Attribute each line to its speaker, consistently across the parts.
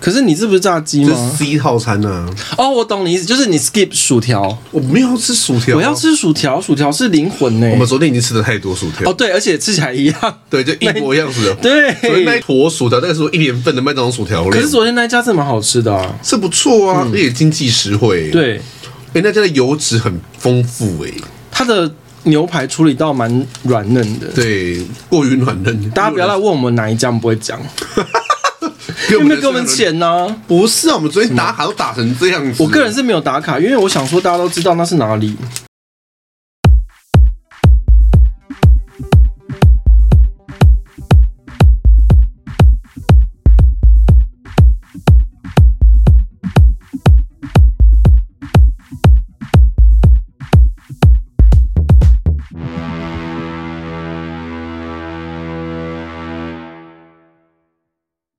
Speaker 1: 可是你这不是炸鸡
Speaker 2: 就是
Speaker 1: 吗？
Speaker 2: C 套餐啊，
Speaker 1: 哦，我懂你意思，就是你 skip 薯条，
Speaker 2: 我没有要吃薯条，
Speaker 1: 我要。吃薯条，薯条是灵魂呢、
Speaker 2: 我们昨天已经吃了太多薯条，
Speaker 1: 哦，对，而且吃起来一样。
Speaker 2: 对，就一模一样薯条。
Speaker 1: 对
Speaker 2: 所以那一坨薯条，那个是我一年份的麦当劳薯条量。
Speaker 1: 可是昨天那一家是蛮好吃的啊。
Speaker 2: 是不错啊，而且经济实惠。，
Speaker 1: 对，
Speaker 2: 哎、那家的油脂很丰富哎、
Speaker 1: 它的牛排处理到蛮软嫩的。
Speaker 2: 对，过于暖嫩。
Speaker 1: 大家不要来问我们哪一家，我们不会讲，
Speaker 2: 给
Speaker 1: 有没有给我们。钱呢、
Speaker 2: 不是啊，我们昨天打卡都打成这样子。
Speaker 1: 我个人是没有打卡，因为我想说大家都知道那是哪里。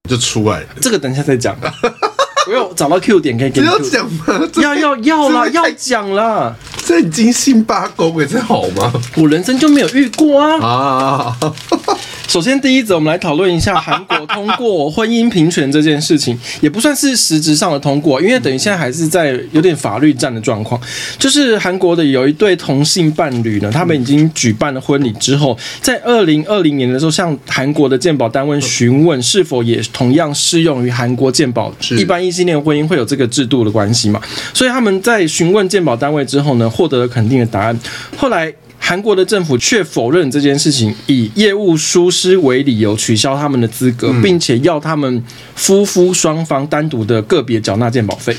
Speaker 2: 就出来了，
Speaker 1: 这个等一下再 讲。我有找到 Q 点可以给
Speaker 2: 不
Speaker 1: 你
Speaker 2: 要
Speaker 1: Q
Speaker 2: 讲嘛，这
Speaker 1: 要要要啦，
Speaker 2: 这
Speaker 1: 要
Speaker 2: 太
Speaker 1: 讲啦！
Speaker 2: 这已经辛巴公哎，这好吗？
Speaker 1: 我人生就没有遇过啊。
Speaker 2: 啊，
Speaker 1: 首先第一则，我们来讨论一下韩国通过婚姻平权这件事情，也不算是实质上的通过，因为等于现在还是在有点法律战的状况。就是韩国的有一对同性伴侣呢，他们已经举办了婚礼之后，在二零二零年的时候，向韩国的鉴宝单位询问是否也同样适用于韩国鉴宝
Speaker 2: 是
Speaker 1: 一般。异性恋婚姻会有这个制度的关系嘛，所以他们在询问鉴宝单位之后呢，获得了肯定的答案。后来韩国的政府却否认这件事情，以业务疏失为理由取消他们的资格，并且要他们夫妇双方单独的个别缴纳鉴保费。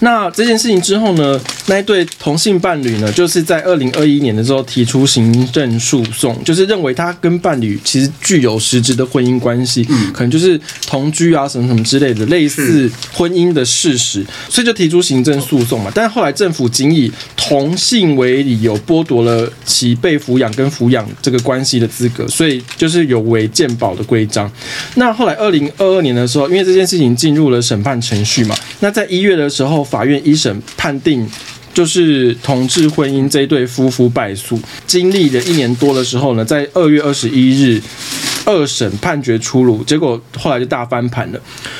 Speaker 1: 那这件事情之后呢，那一对同性伴侣呢，就是在二零二一年的时候提出行政诉讼，就是认为他跟伴侣其实具有实质的婚姻关系，可能就是同居啊什么什么之类的，类似婚姻的事实，所以就提出行政诉讼嘛。但后来政府仅以同性为理由剥夺了其被抚养跟抚养这个关系的资格，所以就是有违健保的规章。那后来二零二二年的时候，因为这件事情进入了审判程序嘛，那在一月的时候，法院一审判定。就是同志婚姻这一对夫妇败诉，经历了一年多的时候呢，在二月二十一日，二审判决出炉，结果后来就大翻盘了。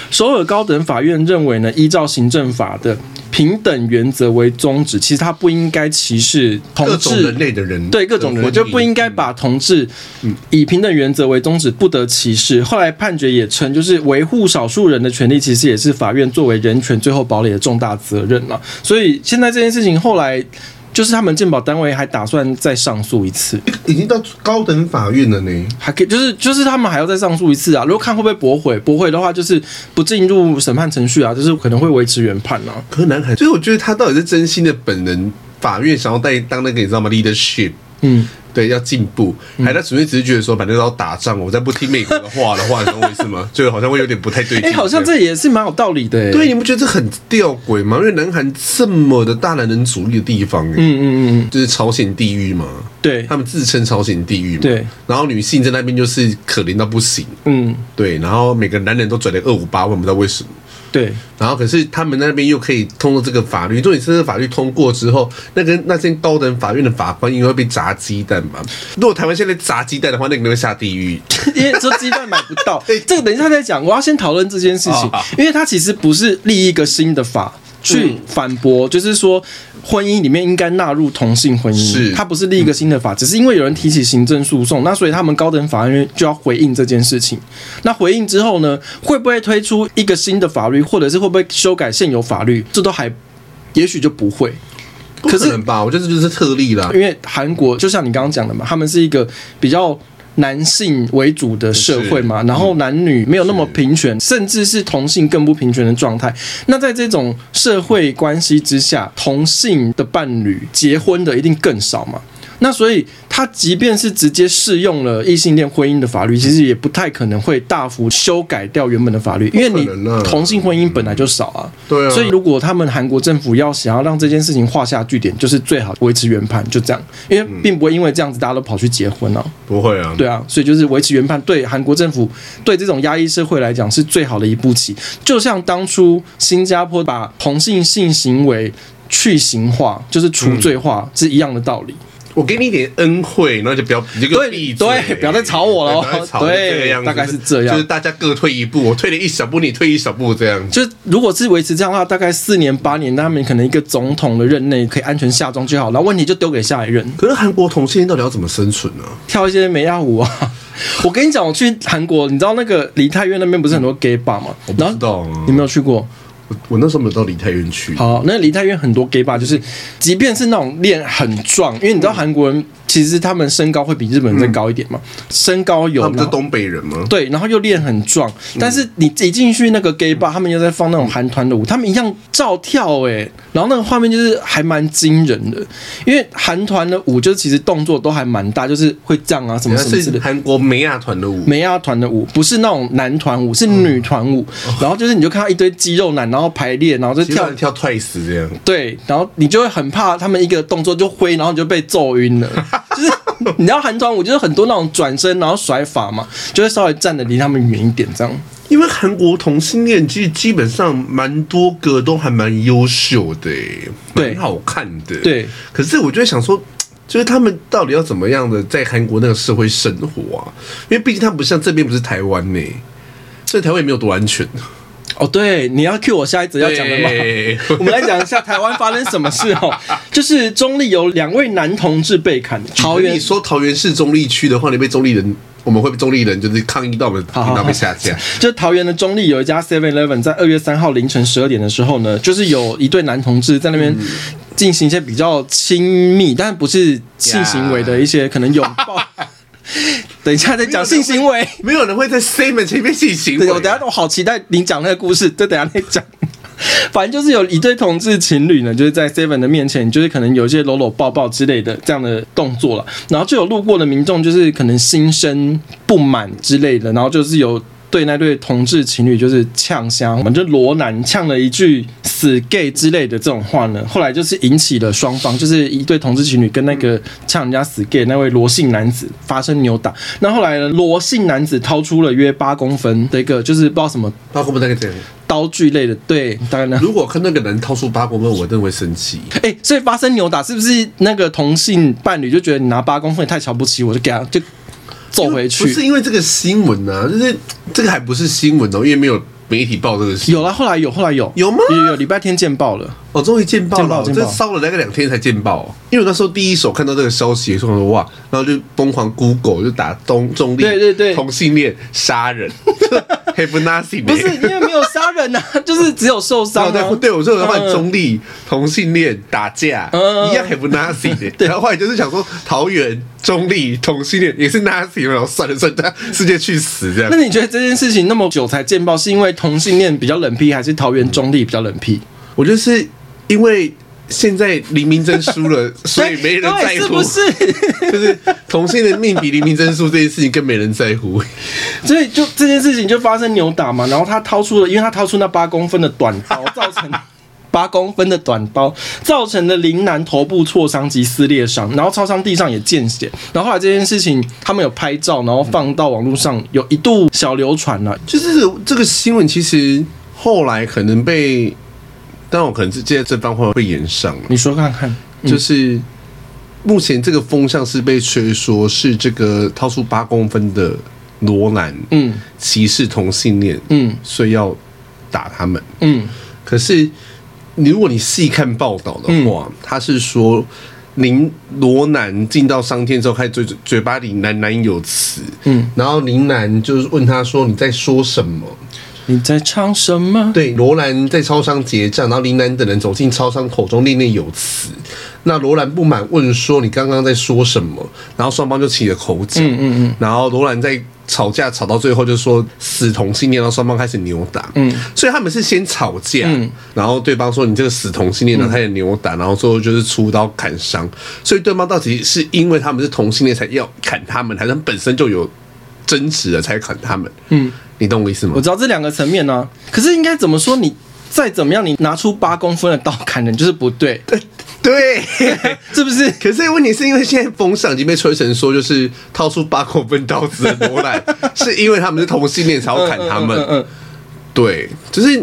Speaker 1: 首尔高等法院认为呢，依照行政法的平等原则为宗旨，其实它不应该歧视同
Speaker 2: 各种
Speaker 1: 志
Speaker 2: 人类的人，
Speaker 1: 对各种人，
Speaker 2: 我
Speaker 1: 就不应该
Speaker 2: 嗯
Speaker 1: 把同志以平等原则为宗旨，不得歧视。后来判决也称，就是维护少数人的权利，其实也是法院作为人权最后堡垒的重大责任了。所以现在这件事情后来。就是他们鉴保单位还打算再上诉一次，
Speaker 2: 已经到高等法院了呢。
Speaker 1: 还可以就是就是他们还要再上诉一次啊。如果看会不会驳回，驳回的话就是不进入审判程序啊，就是可能会维持原判啊。
Speaker 2: 柯南很，所以我觉得他到底是真心的本人，法院想要带当那个你知道吗？leadership。
Speaker 1: 嗯，
Speaker 2: 对，要进步，还在纯粹只是觉得说，反正都要打仗，我再不听美国的话的话，你懂我意思 吗？就好像会有点不太对
Speaker 1: 哎、
Speaker 2: 劲。
Speaker 1: 好像这也是蛮有道理的、欸。
Speaker 2: 对，你不觉得这很吊诡吗？因为南韩这么的大男人主义的地方、欸，
Speaker 1: 嗯，嗯嗯嗯，
Speaker 2: 就是朝鲜地狱嘛，
Speaker 1: 对
Speaker 2: 他，们自称朝鲜地狱嘛，
Speaker 1: 对，
Speaker 2: 然后女性在那边就是可怜到不行，
Speaker 1: 嗯
Speaker 2: 对，然后每个男人都转了二五八万，不知道为什么。
Speaker 1: 对，
Speaker 2: 然后可是他们那边又可以通过这个法律，重点是这个法律通过之后，那跟那些高等法院的法官应该会被砸鸡蛋吧？如果台湾现在砸鸡蛋的话，那个人会下地狱。
Speaker 1: 因为说鸡蛋买不到
Speaker 2: 对，哦
Speaker 1: 这个等一下再讲。我要先讨论这件事情
Speaker 2: 好嗯好，
Speaker 1: 因为它其实不是立一个新的法去反驳，就是说婚姻里面应该纳入同性婚姻，
Speaker 2: 是嗯
Speaker 1: 它不是立一个新的法，只是因为有人提起行政诉讼，那所以他们高等法院就要回应这件事情。那回应之后呢，会不会推出一个新的法律，或者是会不会修改现有法律，这都还也许就不会。
Speaker 2: 不可能吧？我觉得这就是特例啦。
Speaker 1: 啊因为韩国就像你刚刚讲的嘛，他们是一个比较男性为主的社会嘛，然后男女没有那么平权，甚至是同性更不平权的状态。那在这种社会关系之下，同性的伴侣结婚的一定更少嘛。那所以，他即便是直接适用了异性恋婚姻的法律，其实也不太可能会大幅修改掉原本的法律，因为你
Speaker 2: 不可能啊
Speaker 1: 同性婚姻本来就少啊。
Speaker 2: 对啊
Speaker 1: 所以如果他们韩国政府要想要让这件事情画下句点，就是最好维持原判，就这样，因为并不会因为这样子大家都跑去结婚啊，
Speaker 2: 不会啊，
Speaker 1: 对啊，所以就是维持原判，对韩国政府对这种压抑社会来讲是最好的一步棋。就像当初新加坡把同性性行为去刑化，就是除罪化、是一样的道理。
Speaker 2: 我给你一点恩惠，然后就不要你就给我
Speaker 1: 对
Speaker 2: 闭嘴
Speaker 1: 对不要再吵我了哦
Speaker 2: 对不要再吵
Speaker 1: 对
Speaker 2: 就这个样子
Speaker 1: 大概是这样
Speaker 2: 就是大家各退一步，我退了一小步，你退一小步这样子。
Speaker 1: 就是如果是维持这样的话，大概四年八年，那他们可能一个总统的任内可以安全下庄就好，然后问题就丢给下一任，
Speaker 2: 可是韩国同性恋到底要怎么生存啊呢、
Speaker 1: 跳一些美亚舞啊。 我跟你讲，我去韩国，你知道那个梨泰院那边不是很多 gay bar 吗？
Speaker 2: 嗯我不
Speaker 1: 然后
Speaker 2: 知道啊
Speaker 1: 你没有去过？
Speaker 2: 我我那时候没有到梨泰院去，
Speaker 1: 好，那梨泰院很多 gay bar，就是即便是那种练很壮，因为你知道韩国人其实他们身高会比日本人再高一点嘛，身高有
Speaker 2: 嗯他们是嗯
Speaker 1: 然后
Speaker 2: 东北人吗？
Speaker 1: 对，然后又练很壮，但是你一进去那个 gay
Speaker 2: 嗯
Speaker 1: bar，他们又在放那种韩团的舞，他们一样照跳哎、然后那个画面就是还蛮惊人的，因为韩团的舞就是其实动作都还蛮大，就是会这样啊什么
Speaker 2: 原
Speaker 1: 什么
Speaker 2: 来
Speaker 1: 之
Speaker 2: 是
Speaker 1: 类的。
Speaker 2: 韩国美亚团的舞，
Speaker 1: 美亚团的舞不是那种男团舞，是女团舞。然后就是你就看到一堆肌肉男，然后排列，然后就
Speaker 2: 哦其实他
Speaker 1: 跳
Speaker 2: 们跳 twice 这样。
Speaker 1: 对，然后你就会很怕他们一个动作就挥，然后你就被揍晕了。 就是你知道韩团舞就是很多那种转身然后甩法嘛，就会稍微站的离他们远一点这样。
Speaker 2: 因为韩国同性恋其实基本上蛮多个都还蛮优秀的、欸，
Speaker 1: 对
Speaker 2: 蛮好看的。
Speaker 1: 对，
Speaker 2: 可是我就会想说，就是他们到底要怎么样的在韩国那个社会生活啊？因为毕竟他不像这边不是台湾呢、所以台湾也没有多安全。
Speaker 1: 哦，对，你要 cue 我下一则要讲的吗？
Speaker 2: 对
Speaker 1: 我们来讲一下台湾发生什么事哦，就是中立有两位男同志被砍，桃园
Speaker 2: 你说桃园市中立区的话，你被中立人，我们会被中立人就是抗议到我们
Speaker 1: 好好
Speaker 2: 频道被下架。
Speaker 1: 就桃园的中立有一家 Seven Eleven，在二月三号凌晨十二点的时候呢，就是有一对男同志在那边
Speaker 2: 嗯
Speaker 1: 进行一些比较亲密，但不是性行为的一些可能拥 抱。等一下再讲性行为，
Speaker 2: 没有人会在 statement 前面进行。啊
Speaker 1: 对我等一下我好期待你讲那个故事，这 等一下再讲。反正就是有一对同志情侣呢，就是在 Seven 的面前，就是可能有一些搂搂抱抱之类的这样的动作了。然后就有路过的民众，就是可能心生不满之类的，然后就是有对那对同志情侣就是呛香，我们就罗南呛了一句“死 gay” 之类的这种话呢。后来就是引起了双方，就是一对同志情侣跟那个呛人家“死 gay” 那位罗姓男子发生扭打。那后来呢，罗姓男子掏出了约八公分的一个，就是不知道什么
Speaker 2: 八公分大概这样。
Speaker 1: 刀具类的，对，大概那样。
Speaker 2: 如果看那个人掏出八公分，我真的会生气。
Speaker 1: 哎、所以发生扭打是不是那个同性伴侣就觉得你拿八公分也太瞧不起我，就给他就揍回
Speaker 2: 不是
Speaker 1: 去？
Speaker 2: 因为这个新闻啊，就是这个还不是新闻哦，因为没有媒体报这个新闻。
Speaker 1: 有啦，后来有，后来有，
Speaker 2: 有吗
Speaker 1: 有有，礼拜天见报了。
Speaker 2: 哦，终于见报
Speaker 1: 见报
Speaker 2: 了，
Speaker 1: 见
Speaker 2: 这
Speaker 1: 报
Speaker 2: 烧了大概两天才见报、哦。因为我那时候第一手看到这个消息，说说哇，然后就疯狂 Google 就打东中立，
Speaker 1: 对对对
Speaker 2: 同性恋杀人 ，have nothing，
Speaker 1: 不是因为没有杀人呐、 就是只有受
Speaker 2: 然
Speaker 1: 伤、
Speaker 2: 后
Speaker 1: 啊
Speaker 2: 在。对我说我要换
Speaker 1: 嗯
Speaker 2: 中立、同性恋打架，
Speaker 1: 嗯
Speaker 2: 一样 have nothing 的、然后后来就是想说桃园中立同性恋也是 nothing，然后算了算了，世界去死这样
Speaker 1: 那。你觉得这件事情那么久才见报，是因为同性恋比较冷僻，还是桃园中立比较冷僻？
Speaker 2: 我就是因为现在林明真输 了，所以没人在
Speaker 1: 对，是
Speaker 2: 乎
Speaker 1: 不，是？
Speaker 2: 就是同性的命比林明真输这件事情更没人在乎。
Speaker 1: 所以就这件事情就发生扭打嘛，然后他掏出了，因为他掏出那八公分的短刀，造 成八公分的短刀造成的林南头部挫伤及撕裂伤，然后超伤地上也见血。然后后来这件事情他们有拍照，然后放到网络上，有一度小流传啊了、
Speaker 2: 就是这个新闻其实后来可能被，但我可能是接这番话被延上了，
Speaker 1: 你说看看，
Speaker 2: 就是。目前这个风向是被吹说是这个掏出八公分的罗南
Speaker 1: 嗯
Speaker 2: 歧视同性恋，
Speaker 1: 嗯
Speaker 2: 所以要打他们。
Speaker 1: 嗯
Speaker 2: 可是，你如果你细看报道的话，
Speaker 1: 嗯
Speaker 2: 他是说林罗南进到商店之后，开始嘴嘴巴里喃喃有词，
Speaker 1: 嗯，
Speaker 2: 然后林南就是问他说你在说什么？
Speaker 1: 你在唱什么？
Speaker 2: 对，罗兰在超商结账，然后林南等人走进超商，口中念念有词。那罗兰不满问说：“你刚刚在说什么？”然后双方就起了口角。嗯嗯嗯。然后罗兰在吵架，吵到最后就说死同性恋，然后双方开始扭打。嗯。所以他们是先吵架，然后对方说你这个死同性恋，然后开始扭打，然后最后就是出刀砍伤。所以对方到底是因为他们是同性恋才要砍他们，还是他们本身就有争执了才砍他们？嗯，你懂我意思吗
Speaker 1: 我？知道这两个层面呢、可是应该怎么说你？再怎么样，你拿出八公分的刀砍人就是不对，
Speaker 2: 对。
Speaker 1: 是不是？
Speaker 2: 可是问题是因为现在风尚已经被吹成说，就是掏出八公分刀子的罗兰，
Speaker 1: 嗯
Speaker 2: 是因为他们是同性恋才要砍他们。
Speaker 1: 嗯嗯嗯嗯
Speaker 2: 对，就是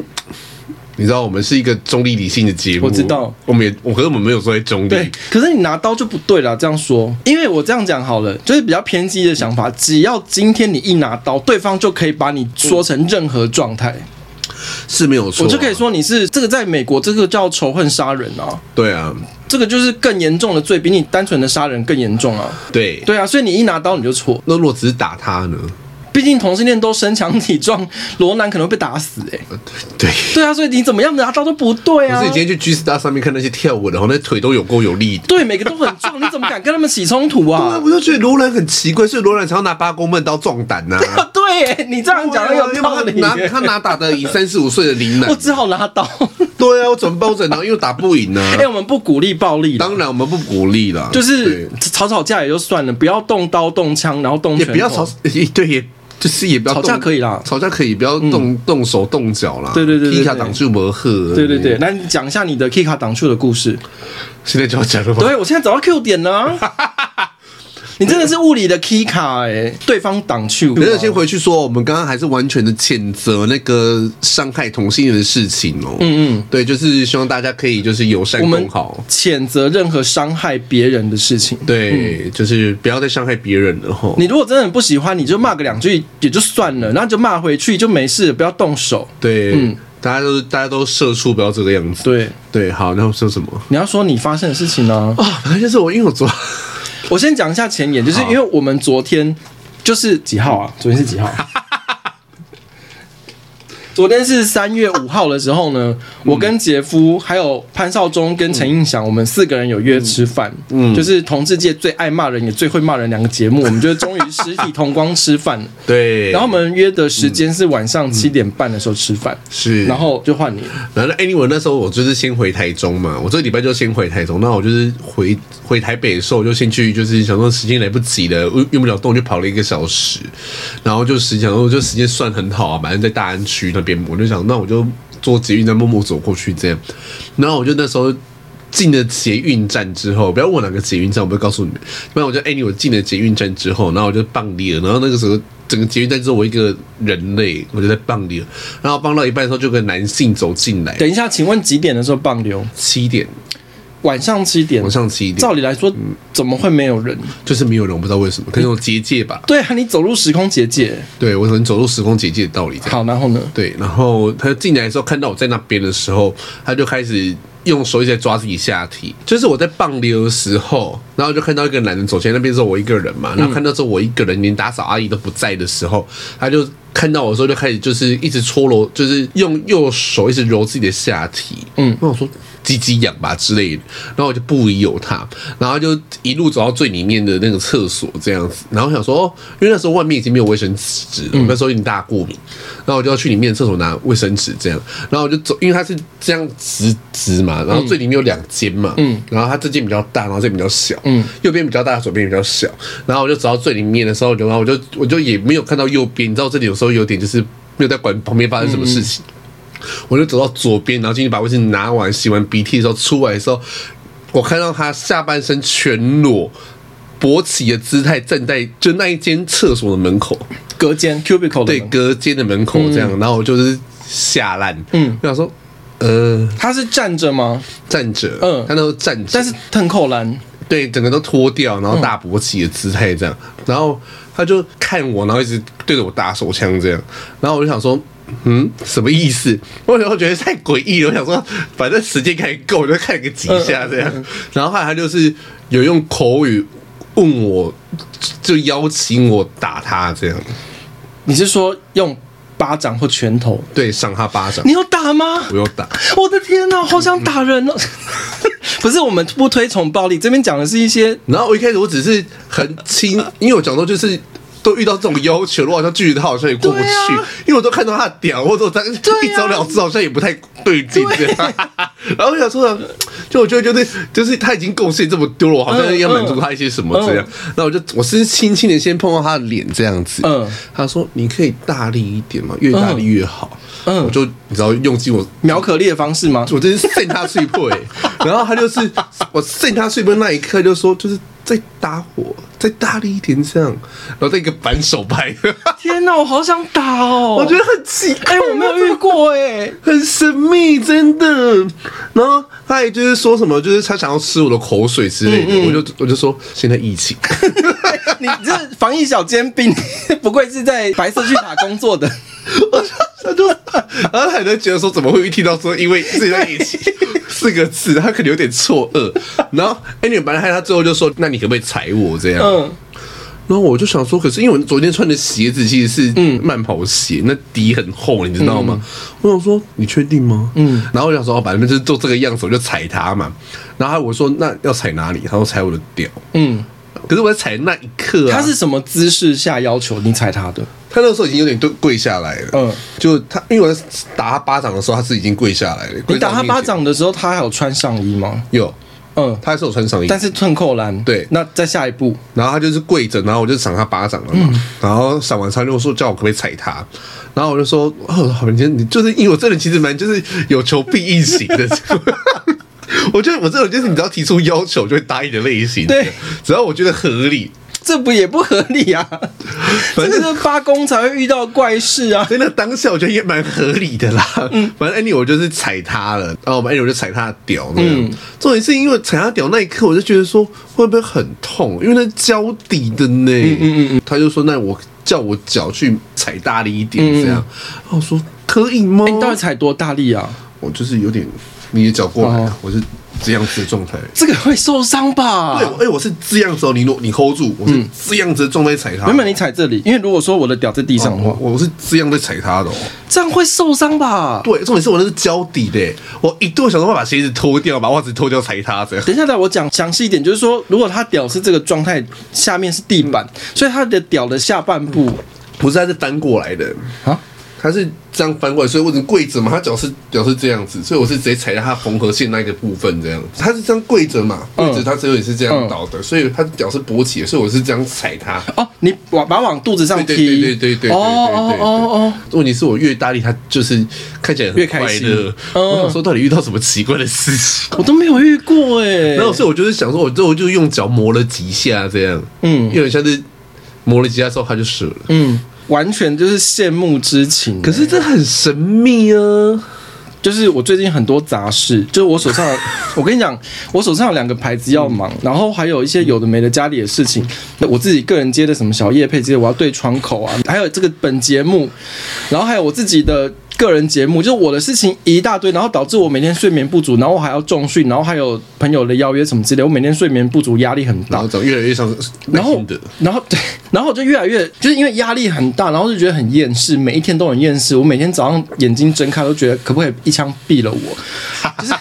Speaker 2: 你知道我们是一个中立理性的节目，
Speaker 1: 我知道，
Speaker 2: 我们也我可是我们没有说在中立，
Speaker 1: 对，可是你拿刀就不对了。这样说，因为我这样讲好了，就是比较偏激的想法。只要今天你一拿刀，对方就可以把你说成任何状态，
Speaker 2: 是没有错、
Speaker 1: 我就可以，说你是这个，在美国这个叫仇恨杀人啊，
Speaker 2: 对啊，
Speaker 1: 这个就是更严重的罪，比你单纯的杀人更严重啊。
Speaker 2: 对。
Speaker 1: 对啊，所以你一拿刀你就错，
Speaker 2: 那如果只是打他呢？
Speaker 1: 毕竟同性恋都身强体壮，罗南可能会被打死哎、
Speaker 2: 对，
Speaker 1: 对啊，所以你怎么样拿刀都不对
Speaker 2: 可
Speaker 1: 啊
Speaker 2: 是你。今天去 G Star 上面看那些跳舞的，然后那腿都有够有力的。
Speaker 1: 对，每个都很壮，你怎么敢跟他们起冲突
Speaker 2: 啊，
Speaker 1: 啊？
Speaker 2: 我就觉得罗兰很奇怪，所以罗兰才要拿八公分刀壮胆呐、啊。
Speaker 1: 对耶，你 这样讲很有道理
Speaker 2: 因为他拿
Speaker 1: 耶。
Speaker 2: 他拿打的以三十五岁的林
Speaker 1: 我
Speaker 2: 楠，
Speaker 1: 只好拿刀。
Speaker 2: 对啊，我怎么包枕呢？因为打不赢 呢、啊
Speaker 1: 哎、我们不鼓励暴力啦，
Speaker 2: 当然我们不鼓励啦，
Speaker 1: 就是吵吵架也就算了，不要动刀动枪，然后动
Speaker 2: 对也
Speaker 1: 拳头
Speaker 2: 不要吵，， 对，也就是也不要
Speaker 1: 吵架可
Speaker 2: 以，
Speaker 1: 以啦。嗯
Speaker 2: 吵架可以，不要动、动手动脚啦。
Speaker 1: 对对对对对
Speaker 2: 踢下挡住磨合。
Speaker 1: 对对对，，那你讲一下你的 Kika 挡处的故事。
Speaker 2: 现在就要讲了吗？
Speaker 1: 对，我现在找到 Q 点了 啊。你真的是物理的 Kika 哎、对方挡啊处。
Speaker 2: 没有，先回去说，我们刚刚还是完全的谴责那个伤害同性恋的事情哦。嗯嗯，对，就是希望大家可以就是友善
Speaker 1: 我们
Speaker 2: 共好，
Speaker 1: 谴责任何伤害别人的事情。
Speaker 2: 对，就是不要再伤害别人了吼。
Speaker 1: 嗯你如果真的很不喜欢，你就骂个两句也就算了，然后就骂回去就没事了，不要动手。
Speaker 2: 对，
Speaker 1: 嗯
Speaker 2: 大家都大家都社畜，不要这个样子。
Speaker 1: 对，
Speaker 2: 对，好，然后说什么？
Speaker 1: 你要说你发生的事情呢、
Speaker 2: 啊、反正就是我，因为我昨
Speaker 1: 我先讲一下前言，就是因为我们昨天就是几号啊？昨天是几号？ 昨天是三月五号的时候呢，我跟杰夫、还有潘少忠跟陈映响，我们四个人有约吃饭，嗯，就是同志界最爱骂人也最会骂人两个节目，我们就是终于实体同光吃饭了。
Speaker 2: 对，嗯
Speaker 1: 然后我们约的时间是晚上七点半的时候吃饭，
Speaker 2: 是，
Speaker 1: 然后就换你。
Speaker 2: 然后 anyway 那时候我就是先回台中嘛，我这个礼拜就先回台中，那我就是回回台北的时候，我就先去就是想说时间来不及了，用用不了动就跑了一个小时，然后就时想说就时间算很好啊，反正在大安区那边，我就想那我就坐捷运再默默走过去这样，然后我就那时候。进了捷运站之后，不要问我哪个捷运站，我不会告诉你们。不然我就哎、你我进了捷运站之后，然后我就棒裂了。然后那个时候，整个捷运站只有我一个人类，我就在棒裂了。然后棒到一半的时候，就有个男性走进来，
Speaker 1: 等一下，请问几点的时候棒流？
Speaker 2: 七点，
Speaker 1: 晚上七点
Speaker 2: 晚。上七点，嗯
Speaker 1: 照理来说，怎么会没有人？
Speaker 2: 就是没有人，我不知道为什么，可能有结界吧。
Speaker 1: 对啊，你走入时空结界。
Speaker 2: 对我可能走入时空结界的道理这样。
Speaker 1: 好，然后呢？
Speaker 2: 对，然后他进来的时候看到我在那边的时候，他就开始用手一直在抓自己下体。就是我在棒流的时候，然后就看到一个男人走前那边是我一个人嘛，然后看到之后我一个人，连打扫阿姨都不在的时候，他就看到我的时候就开始就是一直搓揉，就是用右手一直揉自己的下体。嗯，那我说。鸡鸡痒吧之类的，然后我就不疑有他，然后就一路走到最里面的那个厕所这样子，然后想说，哦，因为那时候外面已经没有卫生纸了，我那时候有点大过敏，然后我就要去里面厕所拿卫生纸这样，然后我就走，因为它是这样直直嘛，然后最里面有两间嘛，嗯，然后它这间比较大，然后这边比较小，嗯，右边比较大，左边比较小，然后我就走到最里面的时候，然后我就我就也没有看到右边，你知道这里有时候有点就是没有在管旁边发生什么事情。我就走到左边，然后进去把卫生纸拿完、洗完鼻涕的时候，出来的时候，我看到他下半身全裸，勃起的姿态站在就那一间厕所的门口，
Speaker 1: 隔间 cubicle 的
Speaker 2: 对，
Speaker 1: 门，
Speaker 2: 隔间的门口这样，然后我就是下烂，嗯，我想说，呃，
Speaker 1: 他是站着吗？
Speaker 2: 站着，
Speaker 1: 嗯
Speaker 2: 嗯，他那时候站着，
Speaker 1: 但是腾扣篮，
Speaker 2: 对，整个都脱掉，然后大勃起的姿态这样，然后他就看我，然后一直对着我打手枪这样，然后我就想说。嗯，什么意思？我我觉得太诡异了。我想说，反正时间还够，我就看个几下这样。然后后来他就是有用口语问我，就邀请我打他这样，
Speaker 1: 你是说用巴掌或拳头？
Speaker 2: 对，赏他巴掌
Speaker 1: 你，有打吗
Speaker 2: 我？有打。
Speaker 1: 我的天哪、好想打人哦！ 不是，我们不推崇暴力，这边讲的是一些
Speaker 2: 然后我一开始我只是很轻，因为我讲到就是都遇到这种要求，我好像拒绝他好像也过不去，
Speaker 1: 对啊
Speaker 2: 因为我都看到他的屌，或者我当
Speaker 1: 啊
Speaker 2: 一走了之好像也不太对啊劲这样。 然后我想说，就我觉得就是就是他已经贡献这么多了，我好像要满足他一些什么这样。那、我就我是轻轻的先碰到他的脸这样子，
Speaker 1: 嗯
Speaker 2: 他说你可以大力一点嘛，越大力越好。
Speaker 1: 嗯
Speaker 2: 我就你知道用尽我
Speaker 1: 苗可丽的方 式吗？
Speaker 2: 我真是扇他碎破、欸，然后他就是我扇他碎破那一刻就说，就是再打我，再大力一点这样，然后再一个反手拍，
Speaker 1: 天哪，我好想打哦！
Speaker 2: 我觉得很 奇怪，
Speaker 1: 哎、我没有遇过哎、
Speaker 2: 很神秘，真的。然后他也就是说什么，就是他想要吃我的口水之类的，我就我就说现在疫情，
Speaker 1: 你这防疫小煎饼，不愧是在白色巨塔工作 的。
Speaker 2: 他就然后他在觉得说怎么会一听到说因为现在疫 情四个字，他可能有点错愕。然后 a n y 本来他最后就说，那你可不可以踩我这样？
Speaker 1: 嗯，
Speaker 2: 然后我就想说，可是因为我昨天穿的鞋子其实
Speaker 1: 嗯
Speaker 2: 是慢跑鞋，那底很厚，你知道吗？我想说，你确定吗？嗯，然后我想说，哦，反正就是做这个样子，我就踩它嘛。然后我说，那要踩哪里？他说踩我的屌。
Speaker 1: 嗯，
Speaker 2: 可是我在踩的那一刻啊，
Speaker 1: 他是什么姿势下要求你踩他的？
Speaker 2: 他那个时候已经有点跪跪下来了。
Speaker 1: 嗯
Speaker 2: 嗯，就他因为我在打他巴掌的时候，他是已经跪下来了。
Speaker 1: 你打他
Speaker 2: 跪在我面前
Speaker 1: 巴掌的时候，他还有穿上衣吗？
Speaker 2: 有，
Speaker 1: 嗯，
Speaker 2: 他还是有穿上衣，
Speaker 1: 但是寸扣篮。
Speaker 2: 对
Speaker 1: 那再下一步，
Speaker 2: 然后他就是跪着，然后我就赏他巴掌了嘛。
Speaker 1: 嗯
Speaker 2: 然后赏完他就说叫我可不可以踩他，然后我就说哦，好，你你就是因为我这人其实蛮就是有求必应型 的。我觉得我这种就是你只要提出要求就会答应的类型，
Speaker 1: 对，
Speaker 2: 只要我觉得合理，
Speaker 1: 这不也不合理 啊？这
Speaker 2: 反正
Speaker 1: 个是八公才会遇到怪事啊！
Speaker 2: 所以那当下我觉得也蛮合理的啦。嗯，反正 anyway 我就是踩他了，然后 anyway 我就踩他的屌那
Speaker 1: 嗯
Speaker 2: 样。重点是因为踩他屌那一刻，我就觉得说会不会很痛，因为那是胶底的呢。嗯嗯嗯，他就说那我叫我脚去踩大力一点这样。然后我说可以吗？
Speaker 1: 嗯哎你到底踩多大力啊？
Speaker 2: 我就是有点你的脚过来、
Speaker 1: 哦啊
Speaker 2: 啊，我是这样子的状态。
Speaker 1: 这个会受伤吧？
Speaker 2: 对，我哎、我是这样子哦，你如你 hold 住，我是
Speaker 1: 嗯
Speaker 2: 这样子的状态踩他。哦
Speaker 1: 原本你踩这里，因为如果说我的屌在地上的话，
Speaker 2: 我我是这样在踩他的哦。
Speaker 1: 这样会受伤吧？
Speaker 2: 对，重点是我那是胶底的，我一度想说把鞋子脱掉，把袜子脱掉踩它这样。
Speaker 1: 等一下，来我讲详细一点，就是说，如果他屌是这个状态，下面是地
Speaker 2: 嗯
Speaker 1: 板，所以他的屌的下半部
Speaker 2: 不是，它是翻过来的，
Speaker 1: 啊，
Speaker 2: 它是这样翻过来，所以我只跪着嘛，它脚是脚是这样子，所以我是直接踩到它缝合线那个部分这样。它是这样跪着嘛，跪着它最后也是这样倒的，所以它脚是勃起的，所以我是这样踩它。
Speaker 1: 哦，你把把往肚子上踢，
Speaker 2: 对对对对对对对对对
Speaker 1: 哦哦哦哦，
Speaker 2: 问题是我越大力，它就是看起来很
Speaker 1: 越开心
Speaker 2: 快乐。
Speaker 1: 嗯
Speaker 2: 我想说，到底遇到什么奇怪的事情？
Speaker 1: 我都没有遇过哎、
Speaker 2: 然后所以我就是想说，我最后就用脚磨了几下这样，
Speaker 1: 嗯
Speaker 2: 有点像是磨了几下之后它就折了。
Speaker 1: 嗯，完全就是羡慕之情。
Speaker 2: 可是这很神秘啊！
Speaker 1: 就是我最近很多杂事，就是我手上，我跟你讲，我手上有两个牌子要忙，然后还有一些有的没的家里的事情，我自己个人接的什么小叶配之类，我要对窗口啊，还有这个本节目，然后还有我自己的个人节目，就是我的事情一大堆，然后导致我每天睡眠不足，然后我还要重训，然后还有朋友的邀约什么之类，我每天睡眠不足，压力很
Speaker 2: 然
Speaker 1: 大
Speaker 2: 后。长越来越像，
Speaker 1: 然后
Speaker 2: 的，
Speaker 1: 然后对，然后我就越来越，就是因为压力很大，然后就觉得很厌世，每一天都很厌世。我每天早上眼睛睁开都觉得可不可以一枪毙了我， 就是，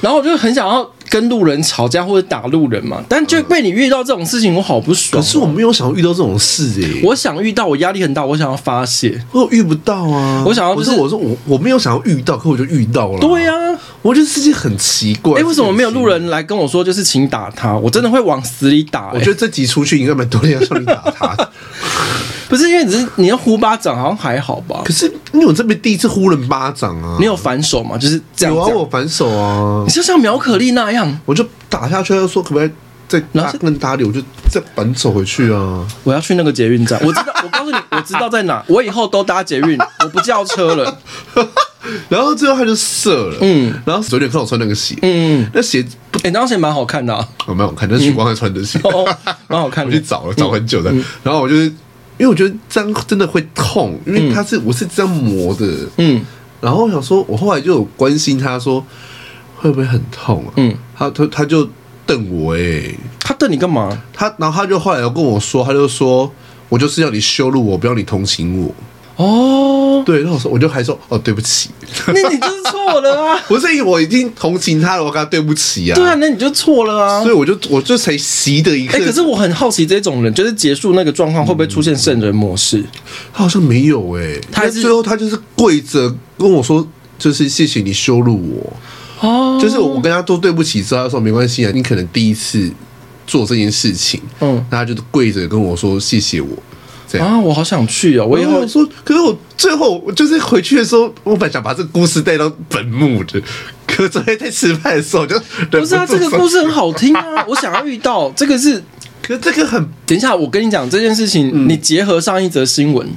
Speaker 1: 然后我就很想要跟路人吵架或者打路人嘛，但就被你遇到这种事情，我好不
Speaker 2: 可
Speaker 1: 爽。
Speaker 2: 是我没有想要遇到这种事诶、
Speaker 1: 我想遇到，我压力很大，我想要发泄。
Speaker 2: 我遇不到啊！
Speaker 1: 我想要
Speaker 2: 不，
Speaker 1: 就是是
Speaker 2: 我说我我没有想要遇到，可我就遇到了。
Speaker 1: 对、呀、
Speaker 2: 我觉得世界很奇怪。
Speaker 1: 哎、为什么没有路
Speaker 2: 人？
Speaker 1: 人来跟我说，就是请打他？我真的会往死里打、
Speaker 2: 我
Speaker 1: 哎
Speaker 2: 觉得这集出去应该蛮多人要上你打 他的，
Speaker 1: 不是因为只是你要呼巴掌，好像还好吧
Speaker 2: 可？是因为我这边第一次呼人巴掌啊，
Speaker 1: 你有反手吗？就是这样。
Speaker 2: 有啊，
Speaker 1: 这样
Speaker 2: 我反手啊
Speaker 1: 你，就像苗可丽那样，
Speaker 2: 我就打下去，他就说可不可以再
Speaker 1: 然后
Speaker 2: 打
Speaker 1: 是
Speaker 2: 更大力，我就再反手回去啊。
Speaker 1: 我要去那个捷运站，我知道，我告诉你，我知道在 哪，我以后都搭捷运，我不叫车 了。
Speaker 2: 然后最后他就射了，
Speaker 1: 嗯，
Speaker 2: 然后昨天看我穿那个鞋，
Speaker 1: 嗯，
Speaker 2: 那鞋不哦
Speaker 1: 哎、那双鞋蛮好看的、啊，
Speaker 2: 我蛮好看，但是许光汉穿的鞋，
Speaker 1: 哦，蛮好看
Speaker 2: 我
Speaker 1: 的嗯
Speaker 2: 去。找了，找很久的。然后我就是，因为我觉得这样真的会痛，因为它是我是这样磨的。
Speaker 1: 嗯，
Speaker 2: 然后我想说，我后来就有关心他说会不会很痛啊？
Speaker 1: 嗯，
Speaker 2: 他他他就瞪我哎、欸，
Speaker 1: 他瞪你干嘛？
Speaker 2: 他然后他就后来有跟我说，他就说我就是要你羞辱我，不要你同情我。
Speaker 1: 哦，
Speaker 2: 对，然后我说我就还说哦对不起，
Speaker 1: 那你就是错了 啊！
Speaker 2: 不是因为我已经同情他了，我跟他对不起啊。
Speaker 1: 对啊，那你就错了啊
Speaker 2: 所。以我就我就才习得一个，
Speaker 1: 哎、可是我很好奇，这种人就是结束那个状况会不会出现圣人模式？
Speaker 2: 他好像没有哎、
Speaker 1: 他还是
Speaker 2: 最后他就是跪着跟我说，就是谢谢你羞辱我，
Speaker 1: 哦，
Speaker 2: 就是我跟他都对不起之后，他说没关系啊，你可能第一次做这件事情，
Speaker 1: 嗯
Speaker 2: 那他就跪着跟我说谢谢我，这样。
Speaker 1: 啊，我好想去哦，我以
Speaker 2: 然后
Speaker 1: 后
Speaker 2: 我说，可是我最后我就是回去的时候，我本来想把这个故事带到本幕的，可是昨天在吃饭的时候，我就 不
Speaker 1: 不是啊，这个故，事很好听 啊，我想要遇到这个是。
Speaker 2: 可是这个很
Speaker 1: 等一下，我跟你讲这件事情，你结合上一则新闻，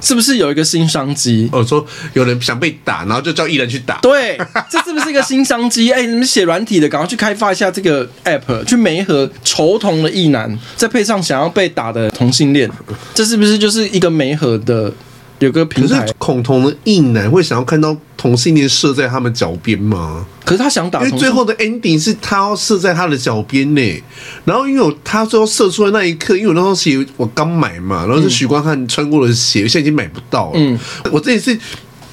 Speaker 1: 是不是有一个新商机？
Speaker 2: 我说有人想被打，然后就叫艺人去打。
Speaker 1: 对，这是不是一个新商机？哎、你们写软体的，赶快去开发一下这个 app，去媒合仇同的异男，再配上想要被打的同性恋，这是不是就是一个媒合的有个
Speaker 2: 可
Speaker 1: 平台
Speaker 2: 是？恐同的硬男会想要看到同性恋射在他们脚边吗？
Speaker 1: 可是他想打
Speaker 2: 因
Speaker 1: 同性，
Speaker 2: 为最后的 ending 是他要射在他的脚边呢，然后因为我他最后射出来那一刻，因为我那双鞋我刚买嘛，然后是许光汉穿过的鞋，现在已经买不到了。
Speaker 1: 嗯
Speaker 2: 我这也是